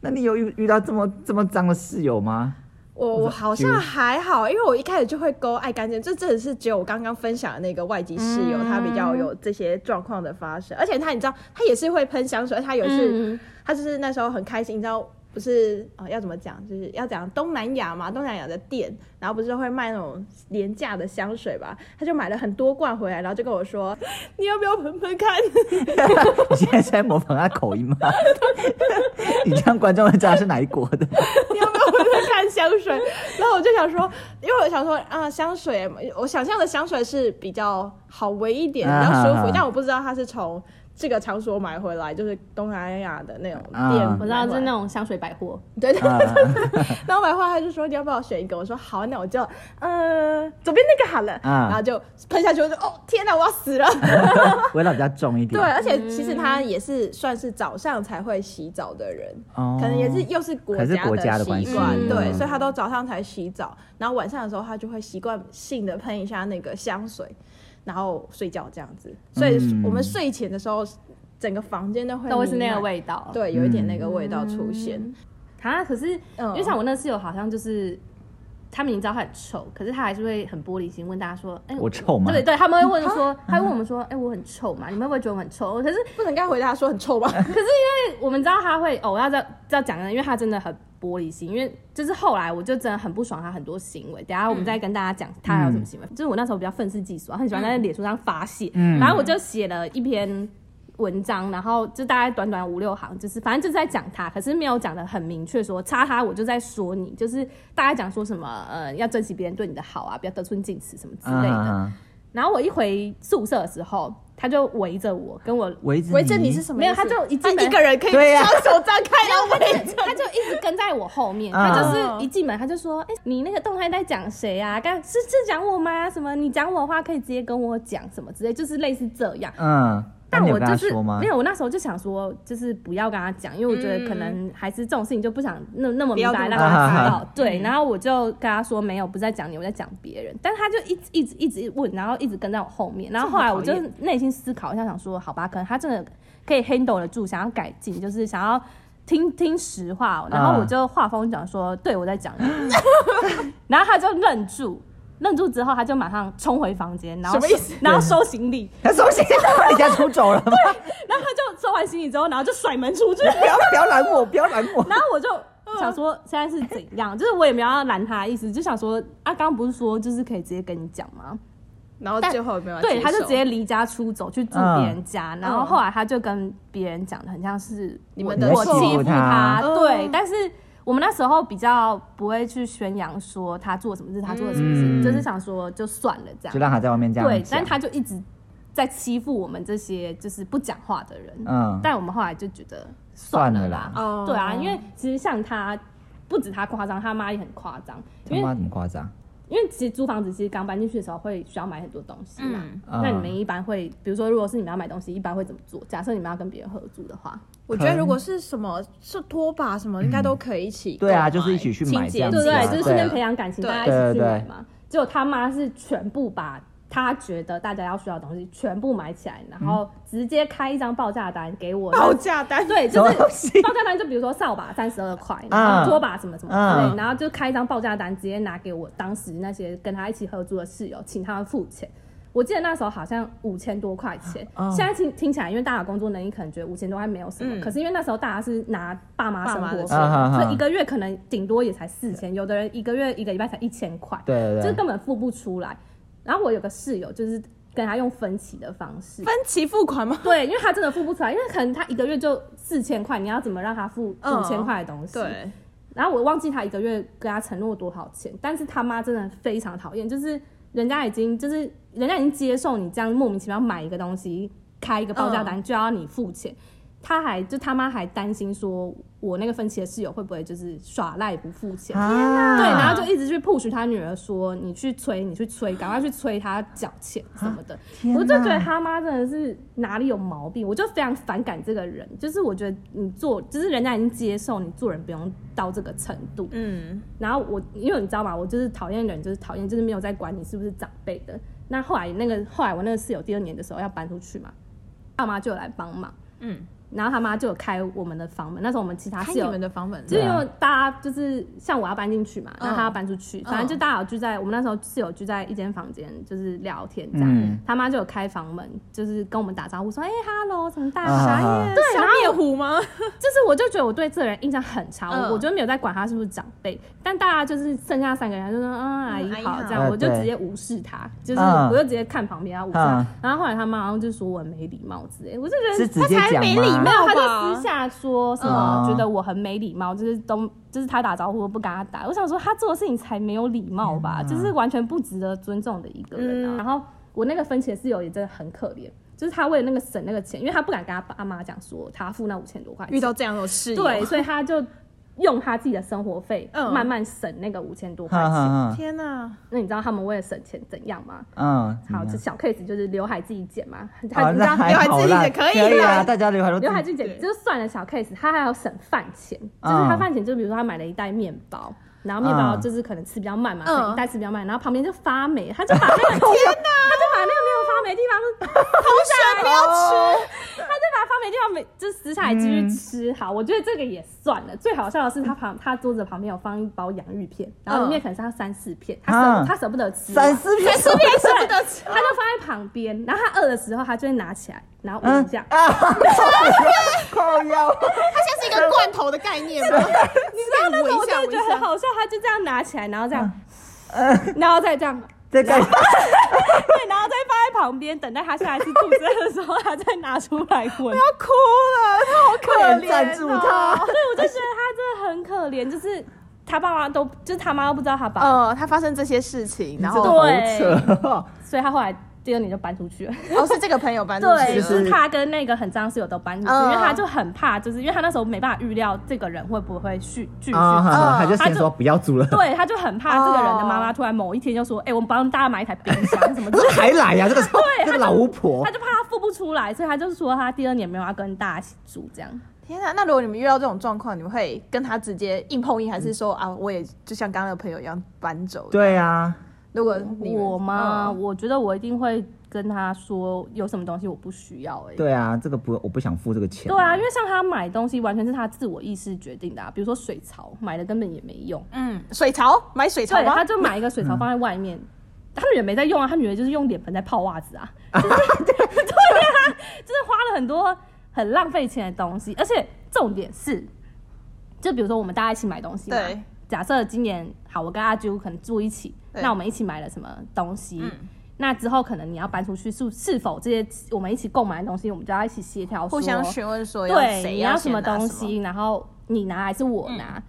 Speaker 1: 那你有遇遇到这么这么脏的室友吗？
Speaker 3: 我我好像还好，因为我一开始就会勾爱干净，这真的是只有我刚刚分享的那个外籍室友，他比较有这些状况的发生，而且他你知道，他也是会喷香水，而且他有一次、
Speaker 4: 嗯
Speaker 3: 他就是那时候很开心，你知道。不是呃，要怎么讲？就是要讲东南亚嘛，东南亚的店，然后不是会卖那种廉价的香水吧？他就买了很多罐回来，然后就跟我说：“你要不要喷喷看？”
Speaker 1: 你现在是在模仿他口音吗？ 你这样观众会知道是哪一国的。
Speaker 3: 你要不要我在看香水？ 然后我就想说，因为我想说啊，香水，我想象的香水是比较好闻一点，比较舒
Speaker 1: 啊
Speaker 3: 服，但我不知道它是从这个场所买回来，就是东南亚的那种
Speaker 1: 啊
Speaker 3: 店买回来，
Speaker 4: 我知道，就是那种香水百货。
Speaker 3: 对对。
Speaker 1: 啊，
Speaker 3: 然后买回来他就说你要不要选一个？我说好，那我就呃左边那个好了，
Speaker 1: 啊嗯
Speaker 3: 然后就喷下去，我就哦天哪，我要死了。
Speaker 1: 味道比较重一点。
Speaker 3: 对，而且其实他也是算是早上才会洗澡的人，
Speaker 1: 哦
Speaker 3: 可能也是又是国
Speaker 1: 可能是国家
Speaker 3: 家
Speaker 1: 的关系
Speaker 3: 习惯，
Speaker 1: 嗯
Speaker 3: 对，所以他都早上才洗澡，然后晚上的时候他就会习惯性的喷一下那个香水，然后睡觉这样子。所以
Speaker 1: 嗯
Speaker 3: 我们睡前的时候，整个房间都会
Speaker 4: 都会是那个
Speaker 3: 弥漫，
Speaker 4: 味道。，嗯
Speaker 3: 对，有一点那个味道出现。嗯
Speaker 4: 啊，可是因为像我那室友好像就是他明知道他很臭，可是他还是会很玻璃心，问大家说：“哎、
Speaker 1: 我臭吗
Speaker 4: 对对，他们会问说，他会问我们说：“哎、我很臭吗？你们会不会觉得我很臭？”可是
Speaker 3: 不能跟他回答说很臭 吧？
Speaker 4: 我们知道他会哦，我要这这样讲的，因为他真的很玻璃心，因为就是后来我就真的很不爽他很多行为，等一下我们再跟大家讲他还有什么行为。就是我那时候比较愤世嫉俗，很喜欢在脸书上发泄，
Speaker 1: 嗯
Speaker 4: 然后我就写了一篇。文章，然后就大概短短五六行，就是反正就是在讲他，可是没有讲的很明确说插他，我就在说你，就是大概讲说什么呃要珍惜别人对你的好啊，不要得寸进尺什么之类的。
Speaker 1: 嗯
Speaker 4: 然后我一回宿舍的时候，他就围着我跟我
Speaker 1: 围着
Speaker 3: 围着你是什么
Speaker 4: 没啊
Speaker 3: 意
Speaker 4: 有，
Speaker 3: 思？
Speaker 4: 他就一
Speaker 3: 他
Speaker 4: 进门
Speaker 3: 一个人可以
Speaker 1: 对呀啊
Speaker 3: 双手张开，然后围着
Speaker 4: 他就一直跟在我后面，
Speaker 1: 啊
Speaker 4: 他就是一进门他就说：“哎、你那个动态在讲谁啊？刚是是讲我吗？什么？你讲我的话可以直接跟我讲什么之类，就是类似这样。”
Speaker 1: 嗯，那
Speaker 4: 但
Speaker 1: 你有
Speaker 4: 我
Speaker 1: 跟
Speaker 4: 就
Speaker 1: 他
Speaker 4: 是
Speaker 1: 说吗
Speaker 4: 没？有，我那时候就想说，就是不要跟他讲，因为我觉得可能还是这种事情就不想那那么明白
Speaker 3: 嗯不要那么
Speaker 4: 让他知
Speaker 1: 大
Speaker 4: 道。
Speaker 3: 嗯
Speaker 4: 对，然后我就跟他说没有，不是在讲你，我在讲别人。但他就一直一直一直问，然后一直跟在我后面。然后后来我就
Speaker 3: 这么
Speaker 4: 内心思考一下，想说好吧，可能他真的可以 handle 得住，想要改进，就是想要。听听实话，哦然后我
Speaker 1: 嗯
Speaker 4: 就话锋讲说，对我在讲你， 然后他就愣住，愣住之后他就马上冲回房间，然后
Speaker 3: 什么意思
Speaker 4: 收然后收行李，
Speaker 1: 他收心，他离家出走 了吗？
Speaker 4: 然后他就收完行李之后，然后就甩门出去。
Speaker 1: 不要不要拦我，不要拦我。
Speaker 4: 然后我就
Speaker 3: 嗯
Speaker 4: 想说，现在是怎样？就是我也没有要拦他的意思，就想说，啊，刚刚不是说就是可以直接跟你讲吗？
Speaker 3: 然后
Speaker 4: 但
Speaker 3: 最后有没有？
Speaker 4: 对，他就直。接离家出走去
Speaker 1: 嗯
Speaker 4: 住别人家，然后后来他就跟别人讲的很像是
Speaker 3: 嗯你
Speaker 4: 我
Speaker 3: 们的
Speaker 4: 我
Speaker 3: 错
Speaker 4: 欺负他，
Speaker 3: 嗯
Speaker 4: 对，但是。我们那时候比较不会去宣扬说他做什么事，他做了什么事，
Speaker 1: 嗯
Speaker 4: 就是想说就算了这
Speaker 1: 就
Speaker 4: 样。
Speaker 1: 让他在外面这样
Speaker 4: 对，
Speaker 1: 讲
Speaker 4: 但他就一直在欺负我们这些就是不讲话的人。
Speaker 1: 嗯，
Speaker 4: 但我们后来就觉得
Speaker 1: 算
Speaker 4: 了
Speaker 1: 了啦
Speaker 3: 哦
Speaker 4: 对啊，因为其实像他，不止他夸张，他妈也很夸张，
Speaker 1: 他
Speaker 4: 因为
Speaker 1: 妈怎么夸张？
Speaker 4: 因为其实租房子其实刚搬进去的时候会需要买很多东西嘛。
Speaker 3: 嗯
Speaker 4: 那你们一般会，比如说，如果是你们要买东西，一般会怎么做？假设你们要跟别人合租的话，
Speaker 1: 嗯
Speaker 3: 我觉得如果是什么是拖把什么，应该都可以一起购买。
Speaker 1: 对啊就是一起去买
Speaker 3: 清洁
Speaker 1: 这样
Speaker 4: 对
Speaker 1: 子
Speaker 4: 不
Speaker 1: 啊
Speaker 4: 对？就是顺便
Speaker 1: 对
Speaker 4: 培养感情，
Speaker 3: 对
Speaker 4: 大家一起去
Speaker 1: 对对啊
Speaker 4: 买嘛。结果他妈是全部把他觉得大家要需要的东西全部买起来，然
Speaker 1: 嗯
Speaker 4: 后直接开一张报价单给我，
Speaker 3: 报价单，
Speaker 4: 哎对，
Speaker 1: 什
Speaker 4: 就
Speaker 1: 么
Speaker 4: 是
Speaker 1: 东西
Speaker 4: 报价单，就比如说扫把三十二块，然
Speaker 1: 啊
Speaker 4: 后拖把什么什么之类，
Speaker 1: 啊
Speaker 4: 然后就开一张报价单，直接拿给我当时那些跟他一起合租的室友，请他们付钱。我记得那时候好像五千多块钱，
Speaker 1: 啊
Speaker 4: 现在听听起来，因为大家有工作能力可能觉得五千多块没有什么，
Speaker 3: 嗯
Speaker 4: 可是因为那时候大家是拿爸妈生
Speaker 3: 爸妈
Speaker 4: 活
Speaker 3: 的
Speaker 4: 费，
Speaker 1: 钱啊哈哈
Speaker 4: 所以一个月可能顶多也才四千，有的人一个月一个礼拜才一千块，
Speaker 1: 对对啊
Speaker 4: 这
Speaker 1: 对，
Speaker 4: 根本付不出来。然后我有个室友就是跟他用分期的方 式，
Speaker 3: 分期付款吗？
Speaker 4: 对，因为他真的付不出来，因为可能他一个月就四千块，你要怎么让他付
Speaker 3: 嗯
Speaker 4: 五千块的东西？。
Speaker 3: 对，
Speaker 4: 然后我忘记他一个月跟他承诺多少钱，但是他妈真的非常讨厌，就是人家已经就是人家已经接受你这样莫名其妙买一个东西，开一个报价单就要你付钱，他还就他妈还担心说我那个分期的室友会不会就是耍赖不付钱。
Speaker 1: 啊
Speaker 4: 对，然后就一直去 push 他女儿说：“你去催，你去催，赶快去催他缴钱什么的。”
Speaker 1: 天
Speaker 4: 我就觉得
Speaker 1: 哪
Speaker 4: 他妈真的是哪里有毛病，我就非常反感这个人。就是我觉得你做，就是人家已经接受你做人不用到这个程度。
Speaker 3: 嗯，
Speaker 4: 然后我，因为你知道吗，我就是讨厌人，就是讨厌，就是没有在管你是不是长辈的。那后来那个后来我那个室友第二年的时候要搬出去嘛，他妈就有来帮忙，
Speaker 3: 嗯，
Speaker 4: 然后他妈就有开我们的房门。那时候我们其他
Speaker 3: 开
Speaker 4: 室
Speaker 3: 你
Speaker 4: 友
Speaker 3: 们的房门，
Speaker 4: 就是因为大家就是像我要搬进去嘛，
Speaker 3: 嗯
Speaker 4: 然后他要搬出去，反正就大家有聚在我们那时候室友聚在一间房间，就是聊天这样。
Speaker 1: 嗯
Speaker 4: 他妈就有开房门，就是跟我们打招呼说：“哎、哈喽，什么大
Speaker 1: 啊
Speaker 4: 家？”
Speaker 1: 啊
Speaker 3: 对，小灭虎吗？
Speaker 4: 就是我就觉得我对这个人印象很差，
Speaker 3: 嗯
Speaker 4: 我我觉得没有在管他是不是长辈，但大家就是剩下三个人他就说：“嗯，阿姨
Speaker 3: 阿
Speaker 4: 好
Speaker 3: 姨。”好
Speaker 4: 这样
Speaker 1: 啊
Speaker 4: 我就
Speaker 1: 对
Speaker 4: 直接无视他，就是
Speaker 1: 嗯
Speaker 4: 我就直接看旁边他无视他
Speaker 1: 嗯。
Speaker 4: 然后后来他妈好像就说我很没礼貌之类，我就觉得
Speaker 1: 是直接讲
Speaker 3: 没礼
Speaker 4: 没
Speaker 1: 吗？
Speaker 3: 貌
Speaker 4: 有，他
Speaker 3: 吧
Speaker 4: 就私下说什么、
Speaker 1: 嗯
Speaker 4: 觉得我很没礼貌，就是都就是他打招呼我不跟他打。我想说他做的事情才没有礼貌吧，
Speaker 1: 嗯
Speaker 4: 就是完全不值得尊重的一个人啊。
Speaker 3: 嗯
Speaker 4: 然后我那个分钱室友也真的很可怜，就是他为了那个省那个钱，因为他不敢跟他爸妈讲说他付那五千多块钱，
Speaker 3: 遇到这样的事，
Speaker 4: 对，，所以他就用他自己的生活费、
Speaker 3: 嗯
Speaker 4: 慢慢省那个五千多块
Speaker 1: 哈
Speaker 4: 钱。
Speaker 1: 哈哈，
Speaker 3: 天哪，
Speaker 4: 那你知道他们为了省钱怎样吗？
Speaker 1: 嗯，
Speaker 4: 好，
Speaker 1: 怎
Speaker 4: 这
Speaker 1: 么样
Speaker 4: 小 case 就是刘海自己剪嘛，他
Speaker 1: 好，
Speaker 4: 你知道
Speaker 1: 哦那还
Speaker 3: 刘海
Speaker 1: 好
Speaker 3: 自己
Speaker 1: 啦，
Speaker 3: 也可以
Speaker 1: 啊，
Speaker 3: 啦
Speaker 1: 大家刘海都
Speaker 4: 刘海
Speaker 1: 自
Speaker 4: 俊姐
Speaker 3: 对
Speaker 4: 就算了小 case，她还要省饭钱，就是
Speaker 1: 嗯
Speaker 4: 她饭钱就比如说她买了一袋面包。然后面包
Speaker 1: 嗯
Speaker 4: 就是可能吃比较慢嘛，
Speaker 3: 嗯
Speaker 4: 可能一袋吃比较慢，然后旁边就发霉，她就 把那个天哪，她就把那个没有发霉的地方，
Speaker 2: 啊
Speaker 3: 同学不要吃，
Speaker 4: 她就把发霉的地方们就私下里继续吃。好，我觉得这个也算了。最好笑的是他旁他桌子旁边有放一包洋芋片，然后里面可能是他三四片，他舍
Speaker 1: 啊
Speaker 4: 他舍不得吃，
Speaker 1: 三四片，
Speaker 4: 四片舍不
Speaker 2: 得吃
Speaker 4: 他就放在旁边。然后他饿的时候，他就会拿起来，然后闻一下。
Speaker 1: 啊， 靠腰，
Speaker 2: 它像是一个罐头的概念 吗？你
Speaker 4: 那
Speaker 2: 闻
Speaker 4: 个我
Speaker 2: 一
Speaker 4: 就
Speaker 2: 下，
Speaker 4: 会
Speaker 2: 闻
Speaker 4: 觉
Speaker 2: 一
Speaker 4: 得很
Speaker 2: 下。
Speaker 4: 好笑，他就这样拿起来，然后这样，然后再这样。
Speaker 1: 嗯 这个
Speaker 4: 对，然后再放在旁边，等待他下一次肚子饿的时候，他再拿出来 闻。
Speaker 3: 要哭了，他好可
Speaker 2: 哦
Speaker 1: 快
Speaker 3: 怜、
Speaker 1: 点赞助他。
Speaker 4: 哦对，我就觉得他真的很可怜，就是他爸妈都，就是他妈都不知道他爸，
Speaker 2: 呃，它发生这些事情，然
Speaker 1: 这个
Speaker 2: 后
Speaker 1: 好
Speaker 4: 对
Speaker 1: 扯哦，
Speaker 4: 所以他后来第二年就搬出去了。
Speaker 2: 哦是这个朋友搬出
Speaker 4: 对，
Speaker 2: 去
Speaker 1: 是
Speaker 2: 了，
Speaker 4: 是他跟那个很脏室友都搬出去，
Speaker 2: 嗯
Speaker 4: 因为他就很怕，就是因为他那时候没办法预料这个人会不会续继续。
Speaker 1: 啊，哈哈他
Speaker 4: 嗯
Speaker 1: 就先说不要租了，
Speaker 4: 对，他就很怕这个人的妈妈突然某一天就说：“哎、我们帮大家买一台冰箱什么之类的。”
Speaker 1: 还来呀，这个这个老巫婆
Speaker 4: 他，就怕他付不出来，所以他就说他第二年没有要跟大家一起住这样。
Speaker 2: 天哪！那如果你们遇到这种状况，你们会跟他直接硬碰硬，还是说啊，我也就像刚刚的朋友一样搬走？，
Speaker 1: 对啊，
Speaker 2: 如果你们
Speaker 4: 我嘛，
Speaker 2: 嗯
Speaker 4: 我觉得我一定会跟他说有什么东西我不需要哎、欸。
Speaker 1: 对啊，这个不我不想付这个钱，
Speaker 4: 对啊，因为像他买东西完全是他自我意识决定的、啊，比如说水槽买了根本也没用，
Speaker 2: 嗯，水槽买水槽
Speaker 4: 对，他
Speaker 2: 吗？
Speaker 4: 就买一个水槽放在外面，他女儿没在用啊，他女儿就是用脸盆在泡袜 子啊，就是、对啊，就是花了很多很浪费钱的东西，而且重点是，就比如说我们大家一起买东西嘛，
Speaker 2: 对，
Speaker 4: 假设今年好，我跟阿啾可能住一起，
Speaker 2: 对
Speaker 4: 那我们一起买了什么东西？
Speaker 2: 嗯
Speaker 4: 那之后可能你要搬出去，是是否这些我们一起购买的东西，我们就要一起协调说，
Speaker 2: 互相询问说要
Speaker 4: 对，
Speaker 2: 谁
Speaker 4: 你要
Speaker 2: 先
Speaker 4: 么
Speaker 2: 拿
Speaker 4: 东
Speaker 2: 什么，嗯
Speaker 4: 西，然后你拿还是我拿？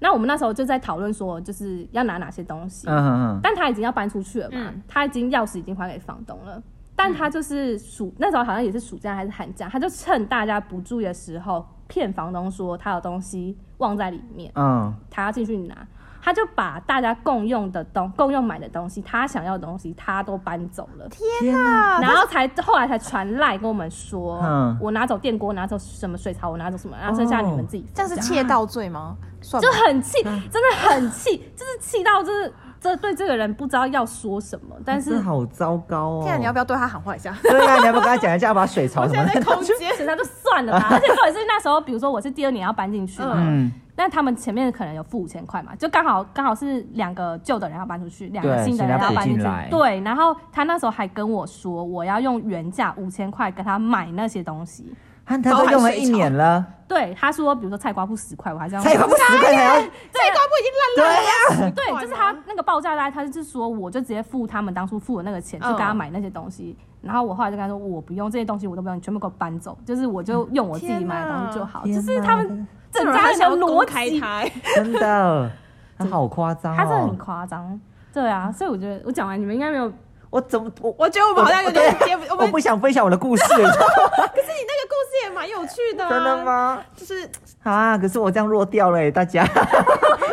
Speaker 4: 那我们那时候就在讨论说，就是要拿哪些东西。
Speaker 1: 嗯嗯嗯，
Speaker 4: 但他已经要搬出去了嘛，
Speaker 2: 嗯
Speaker 4: 他已经钥匙已经还给房东了。但他就是暑、那时候好像也是暑假还是寒假，他就趁大家不注意的时候骗房东说他有东西忘在里面，
Speaker 1: 嗯，
Speaker 4: 他要进去拿，他就把大家共用的东共用买的东西，他想要的东西他都搬走了。
Speaker 1: 天哪，
Speaker 4: 然后才后来才传赖跟我们说，
Speaker 1: 嗯
Speaker 4: 我拿走电锅，拿走什么水槽，我拿走什么，然后剩
Speaker 1: 哦
Speaker 4: 下你们自己分。
Speaker 2: 这样是窃盗罪吗？算
Speaker 4: 就
Speaker 2: 吧，
Speaker 4: 很气，
Speaker 1: 嗯
Speaker 4: 真的很气，就是气到就是这对这个人不知道要说什么，但是
Speaker 1: 这好糟糕哦，
Speaker 2: 天啊，你要不要对他喊话一下？
Speaker 1: 对啊，你要不要跟他讲一下，要把水槽
Speaker 2: 我
Speaker 1: 什
Speaker 2: 现
Speaker 1: 么
Speaker 2: 在在
Speaker 1: 的？
Speaker 2: 空间，
Speaker 4: 那就算了 吧。而且重点是那时候，比如说我是第二年要搬进去嘛，
Speaker 1: 嗯，
Speaker 4: 那他们前面可能有付五千块嘛，就刚好刚好是两个旧的人要搬出去，两
Speaker 1: 对
Speaker 4: 个新的人要搬进
Speaker 1: 新的
Speaker 4: 去
Speaker 1: 要搬进来。
Speaker 4: 对，然后他那时候还跟我说，我要用原价五千块跟他买那些东西。
Speaker 1: 他他都用了一年了，
Speaker 4: 对，他说，比如说菜瓜布十块，我还是要
Speaker 1: 才有十块才 要，
Speaker 2: 这一瓜不已经烂
Speaker 1: 对啊
Speaker 2: 烂了。
Speaker 1: 呀，
Speaker 4: 对，就是他那个报价单，他就是说我就直接付他们当初付的那个钱，去
Speaker 2: 嗯
Speaker 4: 跟他买那些东西。然后我后来就跟他说，我不用这些东西，我都不用，你全部给我搬走，就是我就用我自己买的东西就好。就
Speaker 1: 天哪
Speaker 4: 是他们
Speaker 2: 这
Speaker 4: 整
Speaker 2: 种人
Speaker 4: 家
Speaker 2: 还想
Speaker 4: 人
Speaker 2: 要
Speaker 4: 的
Speaker 2: 公
Speaker 4: 逻
Speaker 2: 开
Speaker 4: 辑，
Speaker 2: 他，欸
Speaker 1: 真的，他好夸张
Speaker 4: 他真的很
Speaker 1: 哦，
Speaker 4: 夸张。对
Speaker 2: 嗯
Speaker 4: 啊，所以我觉得我讲完你们应该没有，
Speaker 1: 我怎么 我
Speaker 2: 我觉得我们好像有点接不，我
Speaker 1: 我
Speaker 2: 们
Speaker 1: 不想分享我的故事，你知道吗
Speaker 2: 可是你那个故事也蛮有趣的、啊，
Speaker 1: 真的？吗？
Speaker 2: 就是，
Speaker 1: 啊，可是我这样弱掉了耶，大家，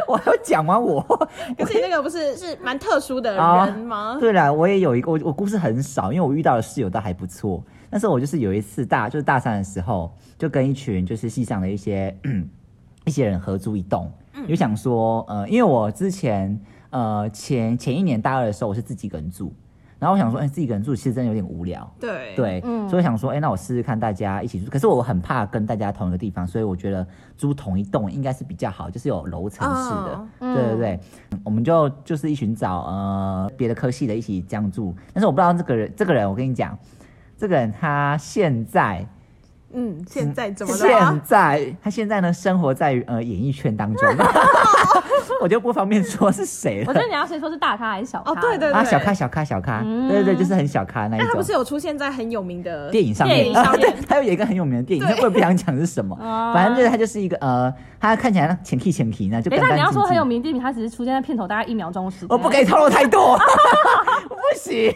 Speaker 1: 我还要讲完我。
Speaker 2: 可是你那个不是是蛮特殊的
Speaker 1: 啊
Speaker 2: 人吗？
Speaker 1: 对了，我也有一个，我我故事很少，因为我遇到的室友都还不错。但是我就是有一次大就是大三的时候，就跟一群就是系上的一些一些人合租一栋，有想说呃，因为我之前呃前前一年大二的时候我是自己一个人住，然后我想说，哎、自己一个人住其实真的有点无聊。
Speaker 2: 对
Speaker 1: 对，
Speaker 4: 嗯
Speaker 1: 所以我想说，哎、那我试试看大家一起住。可是我很怕跟大家同一个地方，所以我觉得租同一栋应该是比较好，就是有楼层式的。
Speaker 2: 哦
Speaker 4: 嗯
Speaker 1: 对对对，我们就就是一群找呃别的科系的一起这样住。但是我不知道这个人，这个人我跟你讲，这个人他现在
Speaker 2: 嗯，现在怎么了
Speaker 1: 现
Speaker 2: 啊？
Speaker 1: 在他现在呢生活在呃演艺圈当中， 我就不方便说是谁
Speaker 4: 我
Speaker 1: 了
Speaker 4: 觉。得你要先说是大咖还是小咖。
Speaker 2: 哦对对
Speaker 1: 啊，小咖小咖小咖，
Speaker 4: 嗯哎
Speaker 1: 对对对，就是很小咖那一
Speaker 2: 那他不
Speaker 1: 种
Speaker 2: 是。有出现在很有名的
Speaker 1: 电影上面，
Speaker 4: 电影上面
Speaker 1: 对，他有一个很有名的电影，但我也不想讲 是什么，
Speaker 4: 啊
Speaker 1: 反正就是他就是一个呃，他看起来前提前提呢，就
Speaker 4: 等一下
Speaker 1: 干干
Speaker 4: 哎哦你要
Speaker 1: 净
Speaker 4: 说很
Speaker 1: 净
Speaker 4: 有。名的地名，他只是出现在片头大概一秒钟的时间。
Speaker 1: 我不可以透露太多，我不行，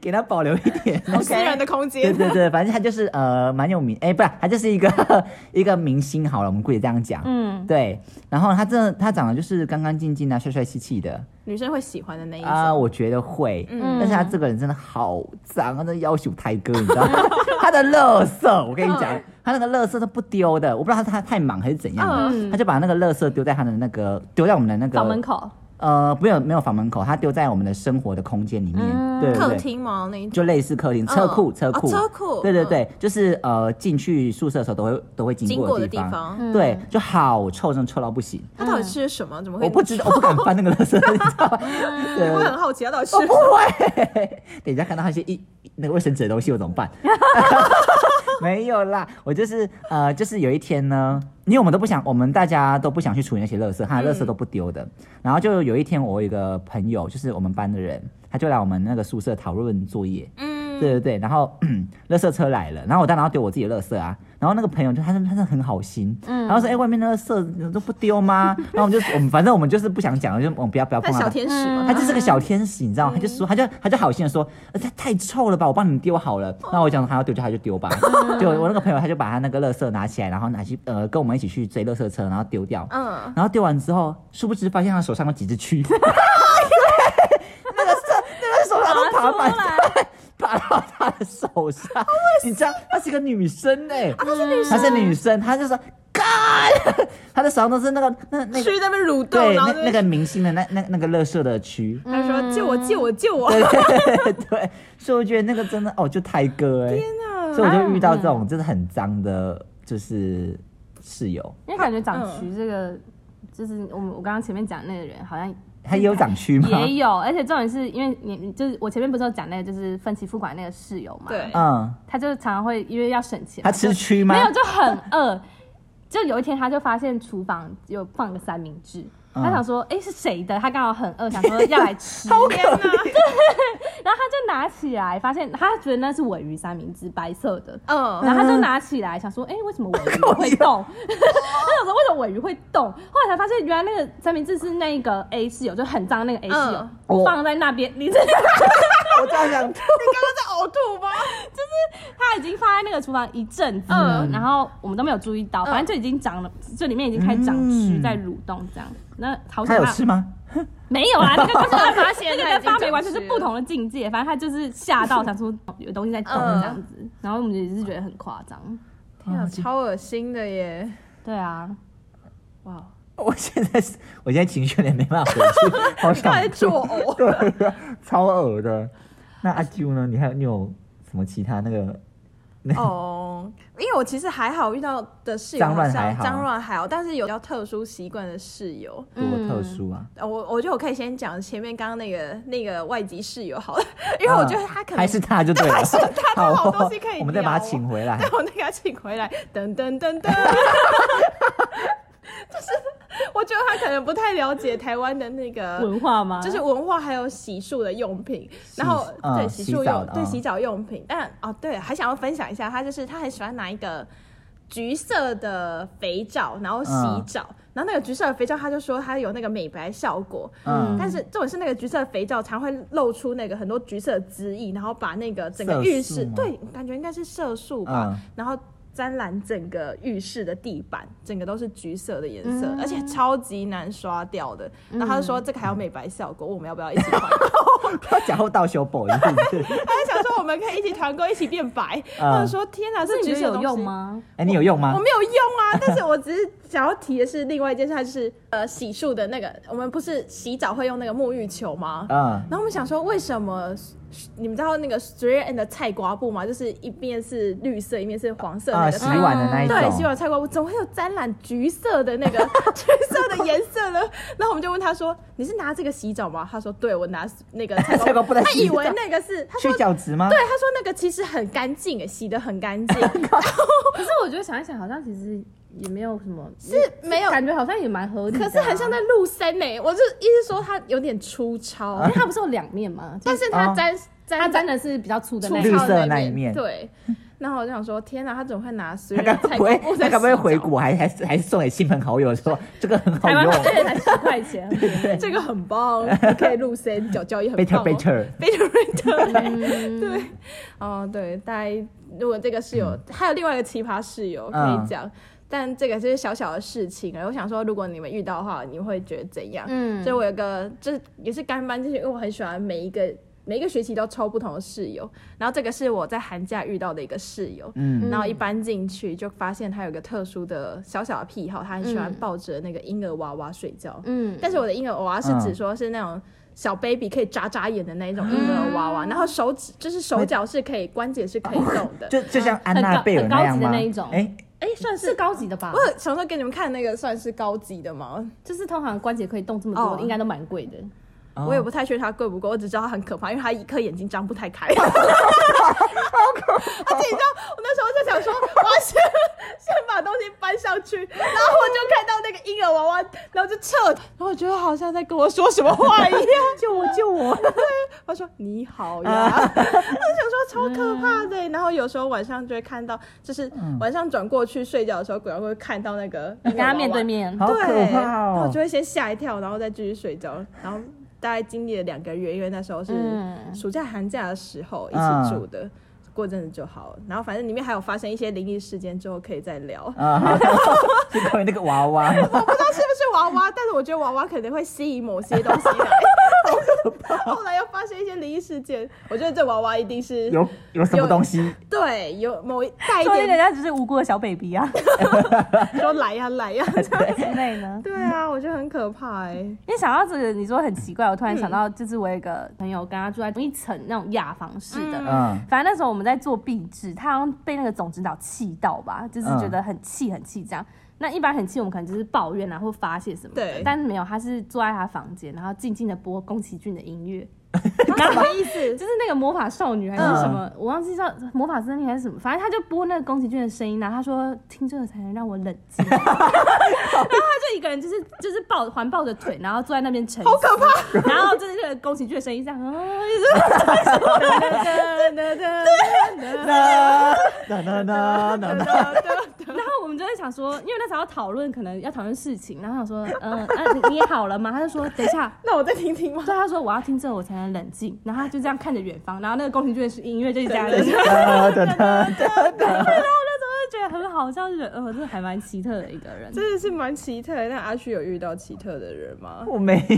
Speaker 1: 给他保留一点。
Speaker 2: 私人的空
Speaker 1: 对
Speaker 2: 间？
Speaker 1: 对对，反正他就是呃蛮有名，哎、不是，他就是一个 一个明星好了，我们姑且这样讲。
Speaker 4: 嗯，
Speaker 1: 对，然后他真的他长得就是干干净净啊，帅帅气气的
Speaker 2: 女生会喜欢的那一种。
Speaker 1: 啊、我觉得会。
Speaker 2: 嗯
Speaker 1: 但是他这个人真的好脏，他真的要求抬哥，你 知道吗？他的垃圾，我跟你讲，
Speaker 4: 嗯
Speaker 1: 他那个垃圾都不丢的，我不知道他他太忙还是怎样的，
Speaker 4: 嗯
Speaker 1: 他就把那个垃圾丢在他的那个丢在我们的那个
Speaker 4: 房门口。
Speaker 1: 呃，没有没有房门口，它丢在我们的生活的空间里面，对对
Speaker 3: 嗯客
Speaker 1: 对。
Speaker 3: 厅吗？那一种
Speaker 1: 就类似客厅、车库、
Speaker 3: 嗯
Speaker 1: 车库、
Speaker 3: 哦车库
Speaker 1: 对对
Speaker 3: 嗯
Speaker 1: 对，就是呃，进去宿舍的时候都会都会经
Speaker 3: 经
Speaker 1: 过
Speaker 3: 过
Speaker 1: 的
Speaker 3: 的
Speaker 1: 地
Speaker 3: 地
Speaker 1: 方，
Speaker 3: 方，
Speaker 1: 对，就好臭，真的臭到不行。
Speaker 3: 他到底吃了什么？怎么会？
Speaker 1: 我不知道，我不敢翻那个垃 圾，你知道吗？对
Speaker 3: 我很好奇他到底吃
Speaker 1: 我
Speaker 3: 了什
Speaker 1: 哦不
Speaker 3: 么。
Speaker 1: 会，等一下看到那些一那个卫生纸的东西，我怎么办？ 没有啦，我就是呃，就是有一天呢，因为我们都不想，我们大家都不想去处理那些垃圾，他的垃圾都不丢的。然后就有一天，我有一个朋友，就是我们班的人，他就来我们那个宿舍讨论作业。
Speaker 3: 嗯，
Speaker 1: 对对对，然后 垃圾车来了，然后我当然要丢我自己的垃圾啊。然后那个朋友就他是他是很好心，然后说哎、外面的垃圾都不丢吗？然后我们就我们反正我们就是不想讲，就我们不要不要
Speaker 3: 他
Speaker 1: 碰到
Speaker 3: 小
Speaker 1: 它。
Speaker 3: 天使嘛，
Speaker 1: 他就是个小天使，你知道吗？他就说，他就他就好心的说，呃，他太臭了吧，我帮你们丢好了。那我讲他要丢就他就丢吧。就我那个朋友，他就把他那个垃圾拿起来，然后拿去呃跟我们一起去追垃圾车，然后丢掉。
Speaker 3: 嗯，
Speaker 1: 然后丢完之后，殊不知发现他手上有几只蛆， 对那个手那个手上都爬啊满，对 爬到他的手上。你知道，她是个女生哎、她是女生，她是女生，她就说。God，她的手上都是那个那那个
Speaker 3: 去那边蠕动，
Speaker 1: 对
Speaker 3: 然后
Speaker 1: 那那个明星的那那那个乐色的蛆，
Speaker 3: 他说救我救我救我，
Speaker 1: 对 对，所以我觉得那个真的哦，就泰哥哎、天哪！所以我就遇到这种真的很脏的，就是室友，
Speaker 4: 因为感觉长
Speaker 2: 嗯
Speaker 4: 蛆这个，就是我们我刚刚前面讲的那个人好像。
Speaker 1: 他也有长蛆吗？
Speaker 4: 也有，而且重点是因为你你就是我前面不是有讲那个就是分期付款那个室友嘛，
Speaker 3: 对，
Speaker 1: 嗯，
Speaker 4: 他就常常会因为要省钱嘛，
Speaker 1: 他吃蛆吗
Speaker 4: 没？有，就很饿。就有一天，他就发现厨房有放个三明治，
Speaker 1: 嗯
Speaker 4: 他想说，哎、是谁的？他刚好很饿，想说要来吃， 然后
Speaker 3: 天哪，
Speaker 4: 他就拿起来，发现他觉得那是尾鱼三明治，白色的。
Speaker 1: 啊
Speaker 3: 嗯，
Speaker 4: 然后他就拿起来想说，哎、为什么尾鱼会动？ 他想说为什么尾鱼会动？后来才发现，原来那个三明治是那个 A 室友，就很脏那个 A 室
Speaker 3: 嗯
Speaker 4: 友、
Speaker 1: 哦
Speaker 4: 放在那边，你 这
Speaker 1: 我这样想
Speaker 3: 啊
Speaker 1: 吐。
Speaker 3: 呕吐吗？
Speaker 4: 他已经放在那个厨房一阵子
Speaker 3: 嗯
Speaker 4: 了，然后我们都没有注意到，反正就已经长了，就里面已经开始长蛆
Speaker 1: 嗯
Speaker 4: 在蠕动这样。那好
Speaker 1: 他
Speaker 4: 可
Speaker 1: 有
Speaker 4: 怕！
Speaker 1: 吃吗？
Speaker 4: 没 有啦，这个就是发现，这
Speaker 3: 他
Speaker 4: 个
Speaker 3: 已
Speaker 4: 跟
Speaker 3: 经
Speaker 4: 发霉
Speaker 3: 长
Speaker 4: 完全是
Speaker 3: 蛆
Speaker 4: 不同的境界。反正他就是吓 到，想说有东西在动
Speaker 3: 嗯
Speaker 4: 这样子，然后我们也是觉得很夸张。
Speaker 3: 天啊，超恶心的耶！
Speaker 4: 对啊，
Speaker 3: 哇，
Speaker 1: 我现在是我现在情绪有点没办法回去，好 想
Speaker 3: 太
Speaker 1: 吐，
Speaker 3: 作 呕。
Speaker 1: 对，超恶的。那阿啾呢？你还有你有什么其他那个？
Speaker 3: 哦，因为我其实还好，遇到的室友
Speaker 1: 脏乱
Speaker 3: 好像
Speaker 1: 还好
Speaker 3: 脏乱还好，但是有比较特殊习惯的室友，
Speaker 1: 多特殊啊！
Speaker 3: 呃我我觉得我可以先讲前面刚刚那个那个外籍室友好了，因为
Speaker 1: 啊
Speaker 3: 我觉得他可能、
Speaker 1: 还是他就对了，还是
Speaker 3: 他他好东西可以
Speaker 1: 我们再把他
Speaker 3: 聊哦
Speaker 1: 请回来
Speaker 3: 对。我那个要请回来，噔噔噔噔， 就是我觉得他可能不太了解台湾的那个。
Speaker 4: 文化吗？
Speaker 3: 就是文化还有洗漱的用品，然后
Speaker 1: 嗯
Speaker 3: 对洗
Speaker 1: 洗
Speaker 3: 漱
Speaker 1: 澡
Speaker 3: 用
Speaker 1: 的
Speaker 3: 对
Speaker 1: 嗯
Speaker 3: 洗澡用品，但哦对，还想要分享一下，他就是他很喜欢拿一个橘色的肥皂，然后洗
Speaker 1: 嗯
Speaker 3: 澡，然后那个橘色的肥皂，他就说他有那个美白效果，
Speaker 1: 嗯，
Speaker 3: 但是重点是那个橘色的肥皂常会露出那个很多橘色的汁液，然后把那个整个浴室
Speaker 1: 色素吗
Speaker 3: 对，感觉应该是色素吧，
Speaker 1: 嗯
Speaker 3: 然后沾染整个浴室的地板，整个都是橘色的颜色，
Speaker 4: 嗯
Speaker 3: 而且超级难刷掉的。然后他就说这个还有美白效果，我们要不要一起团 购？
Speaker 1: 他假后到修补，是不是
Speaker 3: 他就想说我们可以一起团购，一起变白。
Speaker 1: 嗯
Speaker 3: 或者说天哪，
Speaker 4: 啊那
Speaker 3: 这
Speaker 4: 你
Speaker 3: 橘
Speaker 4: 觉
Speaker 3: 色
Speaker 4: 得
Speaker 3: 的
Speaker 4: 有
Speaker 3: 东
Speaker 4: 用
Speaker 3: 西？
Speaker 4: 吗？
Speaker 1: 哎，你有用吗
Speaker 3: 我？没有用啊，但是我只是想要提的是另外一件事，它就是呃洗漱的那个，我们不是洗澡会用那个沐浴球吗？
Speaker 4: 啊
Speaker 1: 嗯，
Speaker 3: 然后我们想说，为什么你们知道那个 Strayer and 的菜瓜布吗？就是一面是绿色，一面是黄色的那
Speaker 1: 啊，
Speaker 3: 个
Speaker 1: 洗
Speaker 3: 菜。
Speaker 1: 碗的那一种，
Speaker 3: 对，洗碗菜瓜布怎么会有沾染橘色的那个 橘色的颜色呢？然后我们就问他说：“你是拿这个洗澡吗？”他说：“对，我拿那个菜
Speaker 1: 菜
Speaker 3: 瓜
Speaker 1: 瓜布
Speaker 3: 布。”
Speaker 1: 来
Speaker 3: 他
Speaker 1: 洗
Speaker 3: 以为
Speaker 1: 澡
Speaker 3: 那个是，他说
Speaker 1: 去角质吗？
Speaker 3: 对，他说那个其实很干净诶，洗得很干 净，
Speaker 4: 可是我觉得想一想，好像其实也没有什么，是
Speaker 3: 是没有
Speaker 4: 感觉好像也蛮合理的啊。
Speaker 3: 可是很像在录声呢。我就意思说他有点粗糙，
Speaker 4: 因为它不是有两面 吗？
Speaker 3: 但是他
Speaker 1: 啊
Speaker 3: 沾沾
Speaker 4: 它真的是比较粗的
Speaker 3: 粗
Speaker 4: 那一
Speaker 1: 绿
Speaker 4: 面。
Speaker 3: 糙
Speaker 1: 色
Speaker 3: 的
Speaker 1: 的那一面
Speaker 3: 对，然后我就想说，天哪，他怎么会拿随
Speaker 1: 他
Speaker 3: 便
Speaker 1: 该
Speaker 3: 菜
Speaker 1: 不
Speaker 3: 瓜
Speaker 1: 会
Speaker 3: 布，
Speaker 1: 他
Speaker 3: 在
Speaker 1: 该不会
Speaker 3: 洗澡
Speaker 1: 回国还还还送给亲朋好友说这个很 好
Speaker 4: 台湾
Speaker 1: 用
Speaker 4: 这才十块钱，
Speaker 3: 这个很棒，你可以录声，脚脚也很棒、
Speaker 1: ，better
Speaker 3: 哦。
Speaker 1: better，
Speaker 3: better better，对，哦对，大概如果这个室友、还有另外一个奇葩室友可以讲，但这个就是小小的事情了。我想说，如果你们遇到的话，你们会觉得怎样？
Speaker 4: 嗯
Speaker 3: 所以我有个，就是也是干班，就是因为我很喜欢每一个每一个学期都抽不同的室友，然后这个是我在寒假遇到的一个室友，
Speaker 1: 嗯
Speaker 3: 然后一搬进去就发现他有个特殊的小小的癖好，他很喜欢抱着那个婴儿娃娃睡觉。
Speaker 4: 嗯，
Speaker 3: 但是我的婴儿娃娃是指说是那种小 baby 可以眨眨眼的那一种婴儿娃
Speaker 4: 嗯
Speaker 3: 娃，然后手指就是手脚是可以关节是可以动 的。
Speaker 1: 就就像安娜贝尔那样
Speaker 4: 很高很高级
Speaker 1: 吗？
Speaker 4: 的那一种
Speaker 1: 哎，
Speaker 4: 哎，算是高级的吧
Speaker 3: 我，有想说给你们看那个算是高级的吗？
Speaker 4: 就是通常关节可以动这么多
Speaker 3: 哦
Speaker 4: 的，应该都蛮贵的。
Speaker 1: 哦
Speaker 3: 我也不太确定它贵不贵，我只知道它很可怕，因为它一颗眼睛张不太开。 好而且你知道，我那时候就想说，我要先先把东西搬上去，然后我就看到那个婴儿娃娃，然后就撤，然后我觉得好像在跟我说什么话一 样，
Speaker 1: 救我 救我！
Speaker 3: 他说你好呀， 我就想说超可怕
Speaker 4: 嗯
Speaker 3: 的欸。然后有时候晚上就会看到，就是晚上转过去睡觉的时候，鬼然会看到那个
Speaker 4: 你跟他
Speaker 3: 婴儿娃娃
Speaker 4: 面对面，
Speaker 1: 好可
Speaker 3: 对，
Speaker 1: 怕
Speaker 3: 然后我
Speaker 1: 哦
Speaker 3: 就！会先吓一跳，然后再继续睡觉，然后大概经历了两个月，因为那时候是
Speaker 4: 嗯
Speaker 3: 暑假寒假的时候一
Speaker 1: 嗯
Speaker 3: 起住的，过阵子就好了。然后反正里面还有发生一些灵异事件，之后可以再聊。
Speaker 1: 啊，好是关于那个娃娃吗，
Speaker 3: 我不知道是不是娃娃，但是我觉得娃娃可能会吸引某些东西来。 后来又发生一些灵异事件，我觉得这娃娃一定是
Speaker 1: 有有什么东西？
Speaker 3: 对有某一带一
Speaker 4: 说不定人
Speaker 3: 点
Speaker 4: 家只是无辜的小 baby 啊
Speaker 3: 说来呀、来 呀、这样。
Speaker 4: 之类的。
Speaker 3: 对啊，我觉得很可怕哎、
Speaker 4: 因为想到这个，你说很奇怪，我突然想到，就是我有一个朋友跟他住在同一层那种雅房式的，
Speaker 1: 嗯
Speaker 4: 反正那时候我们在做壁纸，他好像被那个总指导气到吧，就是觉得很气很气这样。那一般很气，我们可能就是抱怨啊或发泄什么的
Speaker 3: 对，
Speaker 4: 但是没有，他是坐在他房间，然后静静的播宫崎骏的音 乐，
Speaker 3: 什么意思？
Speaker 4: 就是那个魔法少女还是什么，我忘记叫魔法森林还是什么，反正他就播那个宫崎骏的声音，然后他说听这个才能让我冷 静，然后他就一个人就是就是抱环抱着腿，然后坐在那边沉，好可 怕，然后就是那个宫崎骏的声音这样，啊，
Speaker 1: 啦 啦啦啦啦啦！
Speaker 4: 然后我们就在想说，因为那时候要讨论，可能要讨论事情，然后想说，嗯、啊，你你也好了吗？他就说，等一下，
Speaker 3: 那我再听听吗？
Speaker 4: 对，他说我要听这个我才能冷静，然后他就这样看着远方，然后那个宫崎骏的音乐就一直这样， 然后
Speaker 1: 哒哒哒哒哒！
Speaker 4: 我就觉得很好笑，就觉得呃，真的还蛮奇特的一个人。
Speaker 3: 真的是蛮奇特的。那阿旭有遇到奇特的人吗？
Speaker 1: 我没有，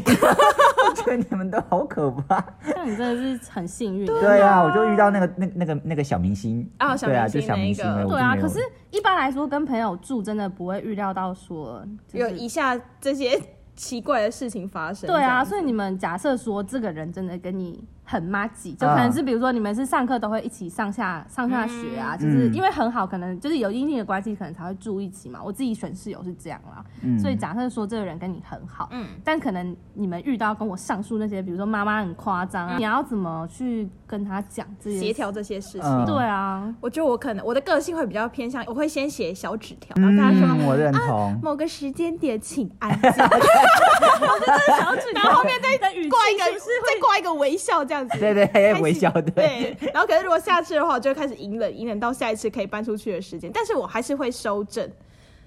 Speaker 1: 我觉得你们都好可怕。
Speaker 4: 像你真的是很幸运。
Speaker 1: 对啊，我就遇到那个那那个那个小明星
Speaker 3: 啊小
Speaker 1: 对啊，
Speaker 3: 明
Speaker 1: 就
Speaker 3: 星
Speaker 1: 小
Speaker 3: 那
Speaker 1: 明
Speaker 3: 一
Speaker 1: 星
Speaker 3: 个
Speaker 1: 了。我
Speaker 4: 对
Speaker 1: 就
Speaker 4: 啊，
Speaker 1: 没有
Speaker 4: 可是一般来说跟朋友住真的不会预料到说、就是
Speaker 3: 有以下这些奇怪的事情发生。
Speaker 4: 对啊，
Speaker 3: 以
Speaker 4: 所以你们假设说这个人真的跟你很妈吉，就可能是比如说你们是上课都会一起上下上下学啊，就是因为很好，可能就是有一定的关系，可能才会住一起嘛。我自己选室友是这样啦，
Speaker 1: 嗯
Speaker 4: 所以假设说这个人跟你很好，嗯，但可能你们遇到跟我上述那些，比如说妈妈很夸张啊，你要怎么去跟他讲这些？
Speaker 3: 协。调这些事情。
Speaker 1: 嗯
Speaker 4: 对啊，
Speaker 3: 我觉得我可能我的个性会比较偏向，我会先写小纸条，然后跟他说、啊
Speaker 1: 嗯，我认同。
Speaker 3: 某个时间点请安 静，
Speaker 4: 然后后面再的语
Speaker 3: 挂一
Speaker 4: 气
Speaker 3: 个
Speaker 4: 是不是
Speaker 3: 再挂一个微笑这样子。
Speaker 1: 对对对，
Speaker 3: 开始
Speaker 1: 微笑对。
Speaker 3: 对，然后可是如果下次的话，我就会开始隐忍，隐忍到下一次可以搬出去的时间，但是我还是会收证，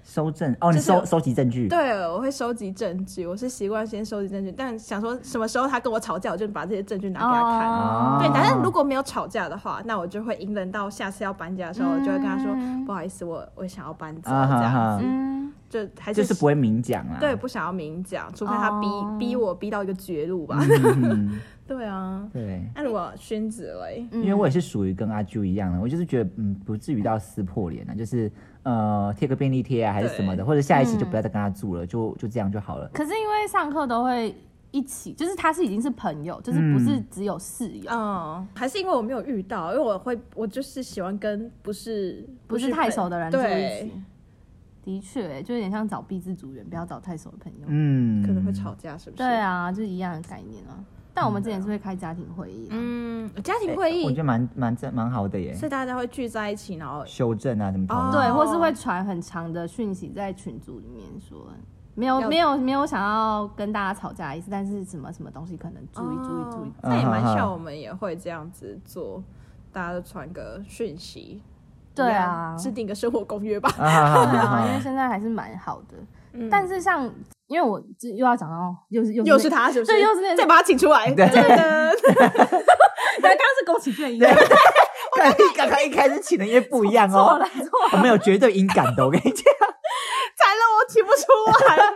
Speaker 1: 收证哦，你
Speaker 3: 就是
Speaker 1: 收收集证据。
Speaker 3: 对，我会收集证据，我是习惯先收集证据，但想说什么时候他跟我吵架，我就把这些证据拿给他看。
Speaker 1: 哦
Speaker 3: 对，但是如果没有吵架的话，那我就会隐忍到下次要搬家的时候，我就会跟他说，不好意思，我我想要搬走，
Speaker 1: 啊
Speaker 3: 这
Speaker 1: 哈
Speaker 3: 样
Speaker 1: 哈
Speaker 3: 子，
Speaker 4: 嗯，
Speaker 3: 就还是
Speaker 1: 就是不会啊明讲啦。
Speaker 3: 对，不想要明讲，除非他逼、
Speaker 4: 哦
Speaker 3: 逼我逼到一个绝路吧。
Speaker 1: 嗯
Speaker 3: 对啊，
Speaker 1: 对，
Speaker 3: 那如果宣子嘞，
Speaker 4: 嗯
Speaker 1: 因为我也是属于跟阿啾一样的，我就是觉得嗯，不至于到撕破脸啊，就是呃贴个便利贴啊还是什么的，或者下一期就不要再跟他住
Speaker 3: 嗯
Speaker 1: 了，就就这样就好了。
Speaker 4: 可是因为上课都会一起，就是他是已经是朋友，就是不是只有室友，
Speaker 3: 嗯，还是因为我没有遇到，因为我会我就是喜欢跟不是
Speaker 4: 不是
Speaker 3: 朋
Speaker 4: 太熟的人住一
Speaker 3: 对
Speaker 4: 起。。的确、就有点像找壁之组员，不要找太熟的朋友。
Speaker 1: 嗯，
Speaker 3: 可能会吵架，是不是？
Speaker 4: 对啊，就是一样的概念啊。但我们之前是会开家庭会议、嗯，
Speaker 3: 嗯，家庭
Speaker 1: 哎
Speaker 3: 会
Speaker 1: 我
Speaker 3: 议
Speaker 1: 觉得蛮蛮这蛮好的耶，
Speaker 3: 是大家会聚在一起，然后
Speaker 1: 修正啊，怎么讨论？
Speaker 4: 对，
Speaker 3: 哦
Speaker 4: 或是会传很长的讯息在群组里面说，没有
Speaker 3: 要
Speaker 4: 没有没有想要跟大家吵架的意思，但是什么什么东西可能注意注意注意。
Speaker 3: 那也蛮
Speaker 1: 嗯
Speaker 3: 像我们也会这样子做，大家都传个讯息。
Speaker 4: 对啊，
Speaker 3: 制定个生活公约吧。
Speaker 1: 啊哈哈
Speaker 4: 对
Speaker 1: 哈
Speaker 4: 啊，因 为
Speaker 1: 哈，
Speaker 4: 现在还是蛮好的。
Speaker 3: 嗯
Speaker 4: 但是像，因为我这又要讲到，又是又
Speaker 3: 又是他，是不是？
Speaker 4: 对又是那
Speaker 3: 再把他请出来。对对，
Speaker 4: 那，刚刚是宫崎骏一样，
Speaker 1: 刚 刚刚一开始请的因为不一样
Speaker 4: 错
Speaker 1: 哦
Speaker 4: 了，错了，
Speaker 1: 我们有绝对音感的，我跟你讲，
Speaker 3: 惨了，我骑不出来。
Speaker 4: 但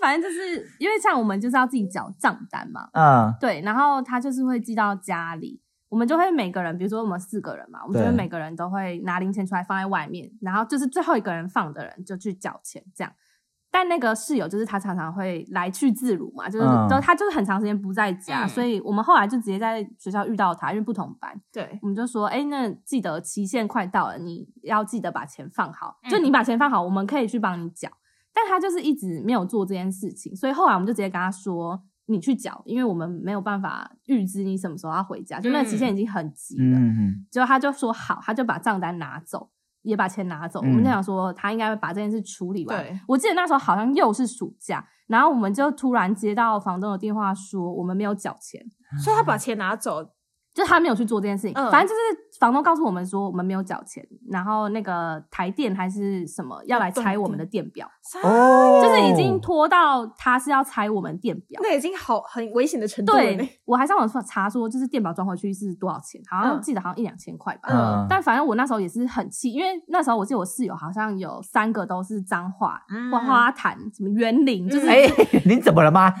Speaker 4: 反正就是因为像我们就是要自己缴账单嘛，
Speaker 1: 嗯，
Speaker 4: 对，然后他就是会寄到家里，我们就会每个人，比如说我们四个人嘛，我们就会
Speaker 1: 对
Speaker 4: 每个人都会拿零钱出来放在外面，然后就是最后一个人放的人就去缴钱这样。但那个室友就是他常常会来去自如嘛，就是
Speaker 1: 嗯
Speaker 4: 都、他就是很长时间不在家，
Speaker 2: 嗯
Speaker 4: 所以我们后来就直接在学校遇到他，因为不同班，
Speaker 2: 对，
Speaker 4: 我们就说，哎、那记得期限快到了，你要记得把钱放好。
Speaker 2: 嗯
Speaker 4: 就你把钱放好，我们可以去帮你缴。但他就是一直没有做这件事情，所以后来我们就直接跟他说，你去缴，因为我们没有办法预知你什么时候要回家，就那个期限已经很急了。
Speaker 1: 嗯
Speaker 4: 结果他就说好，他就把账单拿走，也把钱拿走。
Speaker 1: 嗯
Speaker 4: 我们就想说他应该会把这件事处理完
Speaker 2: 对。
Speaker 4: 我记得那时候好像又是暑假，然后我们就突然接到房东的电话说我们没有缴钱。
Speaker 2: 所以他把钱拿走，
Speaker 4: 就是他没有去做这件事情，
Speaker 2: 嗯
Speaker 4: 反正就是房东告诉我们说我们没有缴钱，然后那个台电还是什么要来拆我们的电表，
Speaker 1: 哦，
Speaker 4: 就是啊已经拖到他是要拆我们电表。
Speaker 3: 那已经好很危险的程度了呢。
Speaker 4: 对，我还上网查说，就是电表装回去是多少钱，好像
Speaker 2: 嗯
Speaker 4: 记得好像一两千块吧。
Speaker 1: 嗯
Speaker 4: 但反正我那时候也是很气，因为那时候我记得我室友好像有三个都是脏话，
Speaker 2: 嗯
Speaker 4: 花花坛什么园林，就是、
Speaker 1: 哎，您怎么了吗？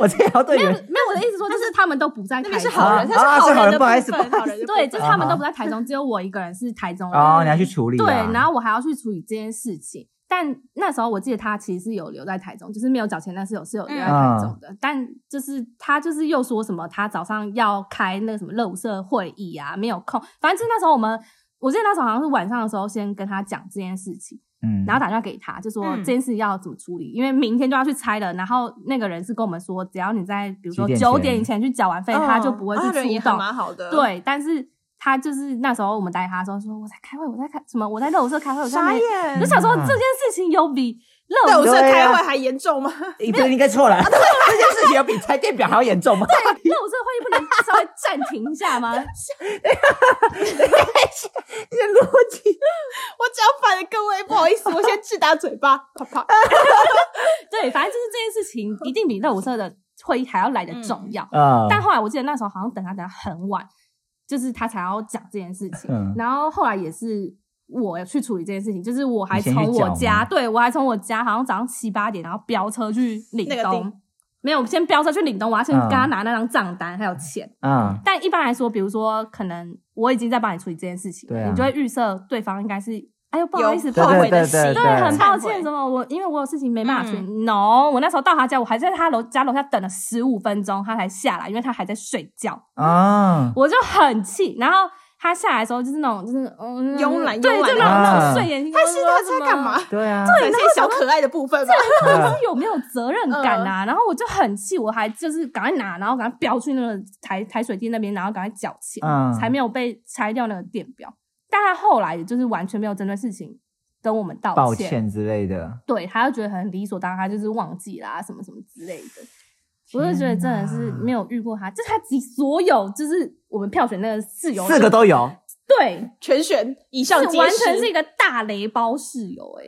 Speaker 1: 我这条队
Speaker 4: 没有
Speaker 1: 员
Speaker 4: 没有我的意思说，就是他们都不在台
Speaker 2: 那边
Speaker 4: 中，
Speaker 2: 是好人，
Speaker 1: 啊
Speaker 2: 他是
Speaker 1: 啊是好
Speaker 2: 好
Speaker 1: 人
Speaker 2: 人的
Speaker 1: 不好意
Speaker 2: 部
Speaker 1: 思
Speaker 2: 分，
Speaker 1: 不好
Speaker 2: 好人的部
Speaker 4: 对，
Speaker 2: 分
Speaker 4: 就是他们
Speaker 1: 啊
Speaker 4: 都不在台中，只有我一个人是台中人。
Speaker 1: 哦，你要去处理啊，
Speaker 4: 对，然后我还要去处理这件事情。但那时候我记得他其实是有留在台中，就是没有缴钱，但是有是有留
Speaker 2: 嗯
Speaker 4: 在台中的。但就是他就是又说什么他早上要开那个什么乐舞社会议啊，没有空。反正就是那时候我们，我记得那时候好像是晚上的时候先跟他讲这件事情，
Speaker 1: 嗯，
Speaker 4: 然后打电话给他，就说
Speaker 2: 嗯
Speaker 4: 这件事要怎么处理，因为明天就要去拆了。然后那个人是跟我们说，只要你在比如说
Speaker 1: 几点前
Speaker 4: 九点以前去缴完费，
Speaker 2: 嗯
Speaker 4: 他就不会
Speaker 3: 哦
Speaker 4: 去
Speaker 2: 啊人也
Speaker 4: 出
Speaker 2: 还
Speaker 4: 动。
Speaker 2: 蛮好的，，
Speaker 4: 对，但是他就是那时候我们带他的时候说我在开会，我在开什么？我在乐舞社开会，我在那
Speaker 2: 傻
Speaker 4: 里
Speaker 2: 眼，
Speaker 4: 我就想说这件事情有比
Speaker 2: 在
Speaker 4: 乐
Speaker 2: 我
Speaker 4: 舞
Speaker 2: 社
Speaker 1: 对啊
Speaker 2: 开会还严重吗？
Speaker 1: 你这个应该错
Speaker 4: 啊
Speaker 1: 了，这件事情有比拆电表还要严重吗？
Speaker 4: 乐舞社会议不能稍微暂停一 下吗？
Speaker 1: 你的逻辑
Speaker 2: 我只要反了各位，不好意思，我先自打嘴 巴，啪啪。
Speaker 3: 呃
Speaker 4: 对，反正就是这件事情一定比乐舞社的会议还要来的
Speaker 2: 嗯
Speaker 4: 重要。
Speaker 1: 啊
Speaker 4: 但后来我记得那时候好像等他等他很晚，就是他才要讲这件事情。
Speaker 1: 嗯
Speaker 4: 然后后来也是我去处理这件事情，就是我还
Speaker 1: 你先去
Speaker 4: 从我
Speaker 1: 缴吗
Speaker 4: 家，对我还从我家好像早上七八点，然后飙车去岭
Speaker 2: 那个
Speaker 4: 东。
Speaker 2: 地
Speaker 4: 没有，先飙车去岭东，我要先
Speaker 1: 嗯
Speaker 4: 跟他拿那张账单还有钱。
Speaker 1: 啊，
Speaker 4: 但一般来说，比如说可能我已经在帮你处理这件事情了，
Speaker 1: 对啊
Speaker 4: 你就会预设对方应该是，哎呦不好意思，
Speaker 2: 有
Speaker 4: 不
Speaker 1: 对
Speaker 4: 好
Speaker 2: 后悔
Speaker 4: 意思
Speaker 2: 的
Speaker 1: 对对
Speaker 2: 心，
Speaker 1: 对嗯
Speaker 4: 对，很抱
Speaker 2: 忏悔
Speaker 4: 歉，什么我因为我有事情没办法处理。no，我那时候到他家，我还在他楼家楼下等了十五分钟，他才下来，因为他还在睡觉，
Speaker 1: 啊，
Speaker 4: 我就很气。然后他下来的时候就是那种就是嗯
Speaker 2: 慵懒
Speaker 4: 对，
Speaker 2: 慵懒
Speaker 4: 就那种那
Speaker 1: 啊
Speaker 4: 种睡眼惺忪。
Speaker 2: 但是他在干嘛？
Speaker 1: 对啊，
Speaker 2: 展现小可爱的部分吧。
Speaker 1: 啊
Speaker 4: 有没有责任
Speaker 2: 嗯
Speaker 4: 感啊？然后我就很气，我还就是赶快拿，然后赶快飙去那个台台水店那边，然后赶快缴钱，
Speaker 1: 嗯
Speaker 4: 才没有被拆掉那个电表。但他后来也就是完全没有针对事情跟我们道
Speaker 1: 抱歉之类的，
Speaker 4: 对，他就觉得很理所当然，他就是忘记啦、什么什么之类的。我就觉得真的是没有遇过他，就是他集所有就是我们票选那个室友
Speaker 1: 四个都有，
Speaker 4: 对，
Speaker 2: 全选以上
Speaker 4: 是
Speaker 2: 皆
Speaker 4: 完全是
Speaker 2: 是，
Speaker 4: 一个大雷包室友哎、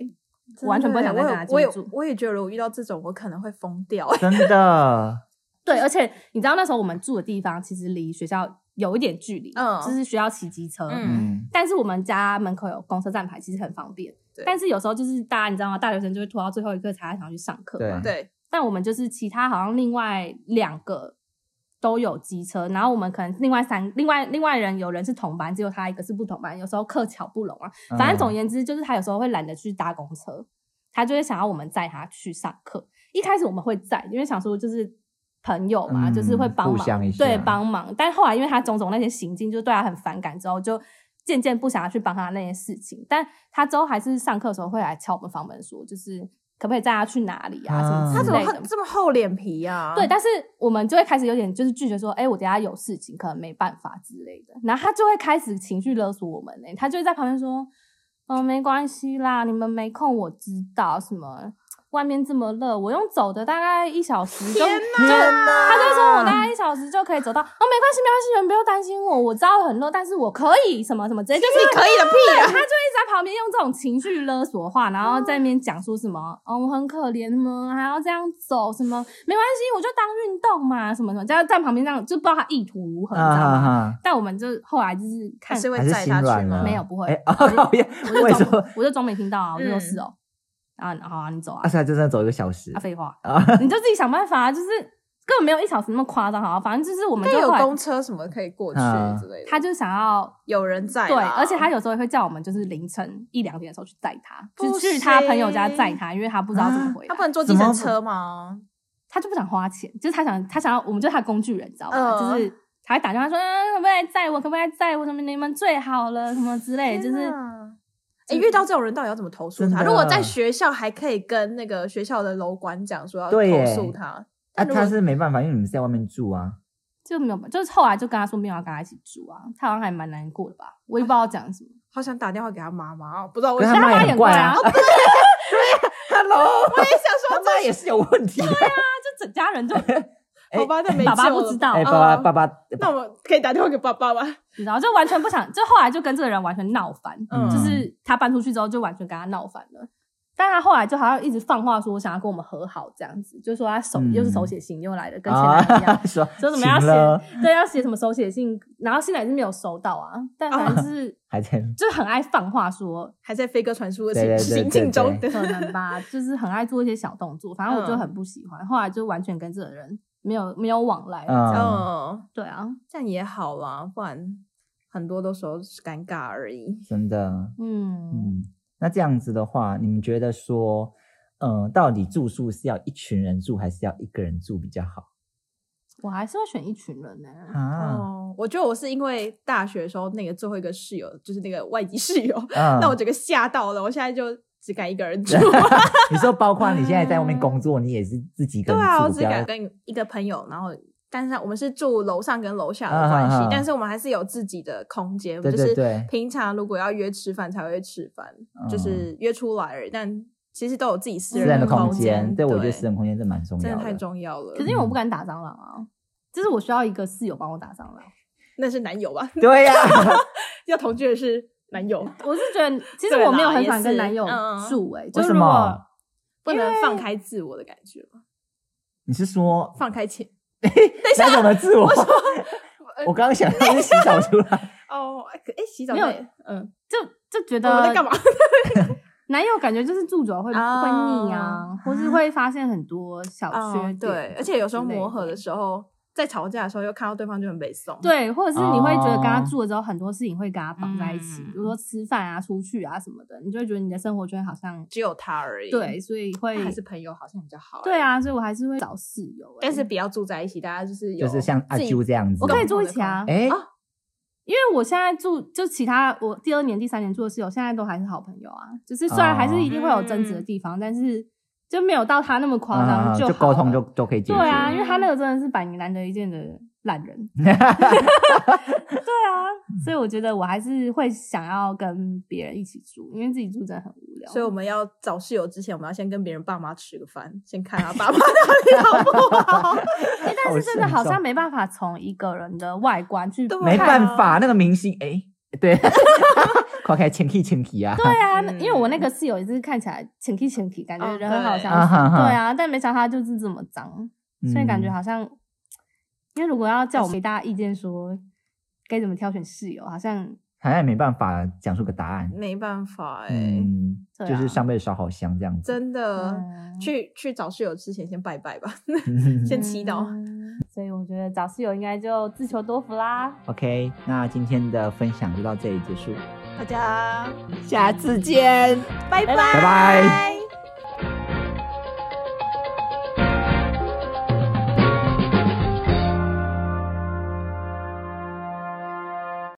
Speaker 4: 完全不会想再跟他
Speaker 2: 我
Speaker 4: 接
Speaker 2: 有，我
Speaker 4: 触
Speaker 2: 有。我也觉得我遇到这种，我可能会疯掉。
Speaker 3: 欸
Speaker 1: 真的，
Speaker 4: 对，而且你知道那时候我们住的地方其实离学校有一点距离，
Speaker 2: 嗯
Speaker 4: 就是需要骑机车。
Speaker 2: 嗯
Speaker 1: 嗯，
Speaker 4: 但是我们家门口有公车站牌，其实很方便
Speaker 2: 对。
Speaker 4: 但是有时候就是大家你知道吗？大学生就会拖到最后一刻才想去上课嘛。
Speaker 2: 对，
Speaker 4: 但我们就是其他好像另外两个都有机车，然后我们可能另外三另外另外人有人是同班，只有他一个是不同班，有时候课巧不拢啊。
Speaker 1: 嗯
Speaker 4: 反正总而言之，就是他有时候会懒得去搭公车，他就会想要我们载他去上课。一开始我们会载，因为想说就是朋友嘛，
Speaker 1: 嗯
Speaker 4: 就是会帮
Speaker 1: 互
Speaker 4: 忙
Speaker 1: 相一，下
Speaker 4: 对帮忙。但后来因为他种种那些行径，就对他很反感，之后就渐渐不想要去帮他那些事情。但他之后还是上课的时候会来敲我们房门说，就是可不可以载他去哪里啊，
Speaker 1: 啊
Speaker 4: 什么
Speaker 2: 他
Speaker 4: 之
Speaker 2: 怎么
Speaker 4: 类
Speaker 2: 厚
Speaker 4: 的。
Speaker 2: 这么厚脸皮呀？
Speaker 4: 对，但是我们就会开始有点就是拒绝说，哎、我等一下有事情，可能没办法之类的。然后他就会开始情绪勒索我们呢、欸他就会在旁边说，嗯，没关系啦，你们没空我知道什么。外面这么热，我用走的大概一小时就，
Speaker 2: 天
Speaker 4: 就
Speaker 1: 哪
Speaker 4: 他就说我大概一小时就可以走到。哦，没关系，没关系，你们不用担心我，我知道很热，但是我可以什么什么之类，就是
Speaker 2: 你可以的屁
Speaker 3: 啊
Speaker 4: 对，
Speaker 2: 呀！
Speaker 4: 他就一直在旁边用这种情绪勒索话，然后在那边讲说什么，哦，我很可怜吗？还要这样走，什么没关系，我就当运动嘛，什么什么，在在旁边这样，就不知道他意图如何，
Speaker 1: 啊
Speaker 4: 你知道吗？
Speaker 1: 哈，
Speaker 4: 但我们就后来就是看
Speaker 2: 还，
Speaker 3: 啊
Speaker 2: 是会
Speaker 1: 还是
Speaker 2: 载
Speaker 1: 心
Speaker 2: 他去
Speaker 1: 软
Speaker 2: 吗
Speaker 1: 了，
Speaker 4: 没有不会
Speaker 1: 哎，啊，靠呀
Speaker 4: 我
Speaker 1: 我
Speaker 4: 就
Speaker 1: 也
Speaker 4: 装
Speaker 1: 说，
Speaker 4: 我就装没听到啊，我就说
Speaker 2: 嗯
Speaker 4: 是哦，啊，好啊，你走啊
Speaker 1: 啊，，所以他就真的走一个小时
Speaker 4: 啊，废话
Speaker 1: 啊，
Speaker 4: 你就自己想办法啊，就是根本没有一小时那么夸张，好啊，反正就是我们
Speaker 3: 应该
Speaker 4: 就
Speaker 3: 有
Speaker 4: 后来
Speaker 3: 公车什么可以过去
Speaker 1: 嗯
Speaker 3: 之类的，
Speaker 4: 他就想要
Speaker 3: 有人在啦，嗯
Speaker 4: 对，而且他有时候也会叫我们，就是凌晨一两点的时候去载他，就
Speaker 3: 不啊
Speaker 4: 是去他朋友家载他，因为他不知道怎么回来，
Speaker 3: 他不能坐计程车吗？
Speaker 4: 他就不想花钱，就是他想他想要，我们就是他的工具人，你知道吗？
Speaker 3: 嗯
Speaker 4: 就是他会打电话说，嗯，可不可以来载我？可不可以来载我？什么你们最好了，什么之类，就
Speaker 3: 天
Speaker 4: 是
Speaker 3: 哪。哎、遇到这种人到底要怎么投诉
Speaker 1: 真
Speaker 3: 他？
Speaker 1: 的
Speaker 3: 如果在学校还可以跟那个学校的楼管讲说要
Speaker 1: 对耶
Speaker 3: 投诉他，
Speaker 1: 啊，
Speaker 3: 但如果
Speaker 1: 他是没办法，因为你们是在外面住啊，
Speaker 4: 就没有，就是后来就跟他说没有要跟他一起住啊，他好像还蛮难过的吧，我也不知道讲什么，
Speaker 3: 好想打电话给他妈妈哦，不知道为
Speaker 1: 可
Speaker 3: 什
Speaker 1: 是
Speaker 4: 但
Speaker 1: 他
Speaker 3: 么。
Speaker 4: 他
Speaker 1: 妈
Speaker 4: 妈
Speaker 1: 也
Speaker 4: 也
Speaker 1: 很
Speaker 4: 怪
Speaker 1: 怪
Speaker 4: 啊
Speaker 1: 啊，
Speaker 3: 我也想
Speaker 1: 他
Speaker 3: 说
Speaker 1: 妈也是有问题的，
Speaker 4: 就整家 人就
Speaker 1: 哎
Speaker 3: 好吧，那没
Speaker 4: 爸爸
Speaker 3: 救
Speaker 4: 不
Speaker 3: 了
Speaker 4: 知道，啊
Speaker 1: 哎，
Speaker 4: 你
Speaker 1: 爸爸
Speaker 3: 嗯
Speaker 1: 爸爸，
Speaker 3: 那我们可以打电话给爸爸吗？
Speaker 4: 知道，就完全不想，就后来就跟这个人完全闹翻，
Speaker 1: 嗯
Speaker 4: 就是他搬出去之后就完全跟他闹翻了。但他后来就好像一直放话说想要跟我们和好这样子，就说他手、
Speaker 1: 嗯
Speaker 4: 又是手写信又来了，跟前
Speaker 1: 啊
Speaker 4: 男友一 样，，
Speaker 1: 说
Speaker 4: 说什么要
Speaker 1: 行了，
Speaker 4: 写对要写什么手写信，然后现在也是没有收到啊，但反正 就是、
Speaker 1: 还在
Speaker 4: 就很爱放话说
Speaker 3: 还在飞鸽传书的
Speaker 1: 对对
Speaker 3: 行
Speaker 1: 对
Speaker 3: 行
Speaker 1: 对
Speaker 3: 进中，
Speaker 1: 对嗯
Speaker 4: 可能吧，就是很爱做一些小动作，反正我就很不喜欢，后来就完全跟这个人没有没有往来了。
Speaker 1: 嗯，
Speaker 3: 嗯，
Speaker 4: 对啊，
Speaker 3: 这样也好啦，不然很多的时候是尴尬而已。
Speaker 1: 真的，
Speaker 4: 嗯，
Speaker 1: 嗯，那这样子的话，你们觉得说，嗯、到底住宿是要一群人住，还是要一个人住比较好
Speaker 4: 我还是会选一群 人呢、
Speaker 1: 啊？
Speaker 3: 哦，我觉得我是因为大学的时候那个最后一个室友就是那个外籍室友，
Speaker 1: 嗯
Speaker 3: 那我整个吓到了，我现在就只敢一个 人住。
Speaker 1: 你说，包括你现在在外面工作，你也是自己一个
Speaker 3: 对
Speaker 1: 人
Speaker 3: 啊，我
Speaker 1: 住，
Speaker 3: 只
Speaker 1: 不要
Speaker 3: 敢跟一个朋友，然后但是我们是住楼上跟楼下的关系，
Speaker 1: 啊啊啊
Speaker 3: 但是我们还是有自己的空间，
Speaker 1: 对对
Speaker 3: 就
Speaker 1: 对
Speaker 3: 是平常如果要约吃饭才会吃饭，
Speaker 1: 嗯
Speaker 3: 就是约出来而已，但其实都有自己私
Speaker 1: 私人的
Speaker 3: 的
Speaker 1: 空
Speaker 3: 间。
Speaker 1: 对
Speaker 3: 对，
Speaker 1: 我觉得私人空间真的蛮重
Speaker 3: 真
Speaker 1: 要
Speaker 3: 的
Speaker 1: 的，
Speaker 3: 太重要了。
Speaker 4: 可是因为我不敢打蟑螂啊，就是我需要一个室友帮我打蟑螂。
Speaker 3: 那是男友吧？
Speaker 1: 对呀、
Speaker 3: 要同居的是男友，
Speaker 4: 我是觉 得，其实
Speaker 3: 对啦
Speaker 4: 我没有很想跟男友
Speaker 3: 也是嗯嗯
Speaker 4: 住、欸，哎、就
Speaker 1: 为什
Speaker 4: 如果
Speaker 1: 么？
Speaker 3: 不能放开自我的感觉吗？
Speaker 1: 你是说
Speaker 3: 放开前
Speaker 1: 哪种的自我？ 我刚刚想到是洗澡出来，
Speaker 3: 哦，哎，洗澡
Speaker 4: 没有
Speaker 3: 那嗯，
Speaker 4: 就就觉
Speaker 3: 我们在干
Speaker 4: 得
Speaker 3: 嘛？
Speaker 4: 男友感觉就是住久了会、
Speaker 3: 啊
Speaker 4: 会腻啊，或是会发现很多小缺点、
Speaker 3: 嗯对，而且有时候磨合的时候，在吵架的时候又看到对方就很悲伤。，
Speaker 4: 对，或者是你会觉得跟他
Speaker 1: 哦
Speaker 4: 住了之后，很多事情会跟他绑在一起，
Speaker 3: 嗯
Speaker 4: 比如说吃饭啊、出去啊什么的，你就会觉得你的生活圈好像
Speaker 3: 只有他而已。
Speaker 4: 对，，所以会
Speaker 3: 还是朋友好像比较好。
Speaker 4: 对，啊，所以我还是会找室友、欸
Speaker 3: 但是不要住在一起，大家就是有
Speaker 1: 就是像阿
Speaker 3: 自己
Speaker 1: 啾这样子。
Speaker 4: 我可以住一起啊，
Speaker 1: 哎、
Speaker 3: 啊
Speaker 4: 因为我现在住就其他我第二年、第三年住的室友，现在都还是好朋友啊。就是虽然还
Speaker 1: 哦
Speaker 4: 是一定会有争执的地方，但是就没有到他那么夸张
Speaker 1: 嗯
Speaker 4: 好了
Speaker 1: 就沟通就就可以解
Speaker 4: 对
Speaker 1: 决。
Speaker 4: 啊，
Speaker 3: 嗯
Speaker 4: 因为他那个真的是百年难得一见的烂 人。对啊，所以我觉得我还是会想要跟别人一起住，因为自己住真的很无聊。
Speaker 3: 所以我们要找室友之前，我们要先跟别人爸妈吃个饭，先看他 爸妈到底好不好。
Speaker 4: 诶但是真的好像没办法从一个人的外观去
Speaker 3: 对
Speaker 1: 没
Speaker 4: 看
Speaker 1: 办法，那个明星哎、 对，快开前提前提啊，
Speaker 4: 对啊，那
Speaker 3: 嗯
Speaker 4: 因为我那个室友也是看起来前 k 前 k 感觉
Speaker 3: 哦
Speaker 4: 人很好相
Speaker 1: 对啊
Speaker 4: 处，
Speaker 1: 哈哈
Speaker 4: 对啊，但没想到他就是这么脏，所以感觉
Speaker 1: 嗯
Speaker 4: 好像，因为如果要叫我给大家意见说该怎么挑选室友，好像
Speaker 1: 好像也没办法讲出个答案。
Speaker 3: 没办法哎、
Speaker 1: 嗯，
Speaker 4: 对啊
Speaker 1: 就是上辈子烧好香这样子。
Speaker 3: 真的。
Speaker 4: 嗯
Speaker 3: 去去找室友之前，先拜拜 吧，
Speaker 1: 嗯
Speaker 3: 先祈祷。
Speaker 4: 嗯所以我觉得找室友应该就自求多福啦，
Speaker 1: OK，那今天的分享就到这里结束，
Speaker 3: 大家
Speaker 1: 下次见，
Speaker 3: 拜拜
Speaker 1: 拜拜。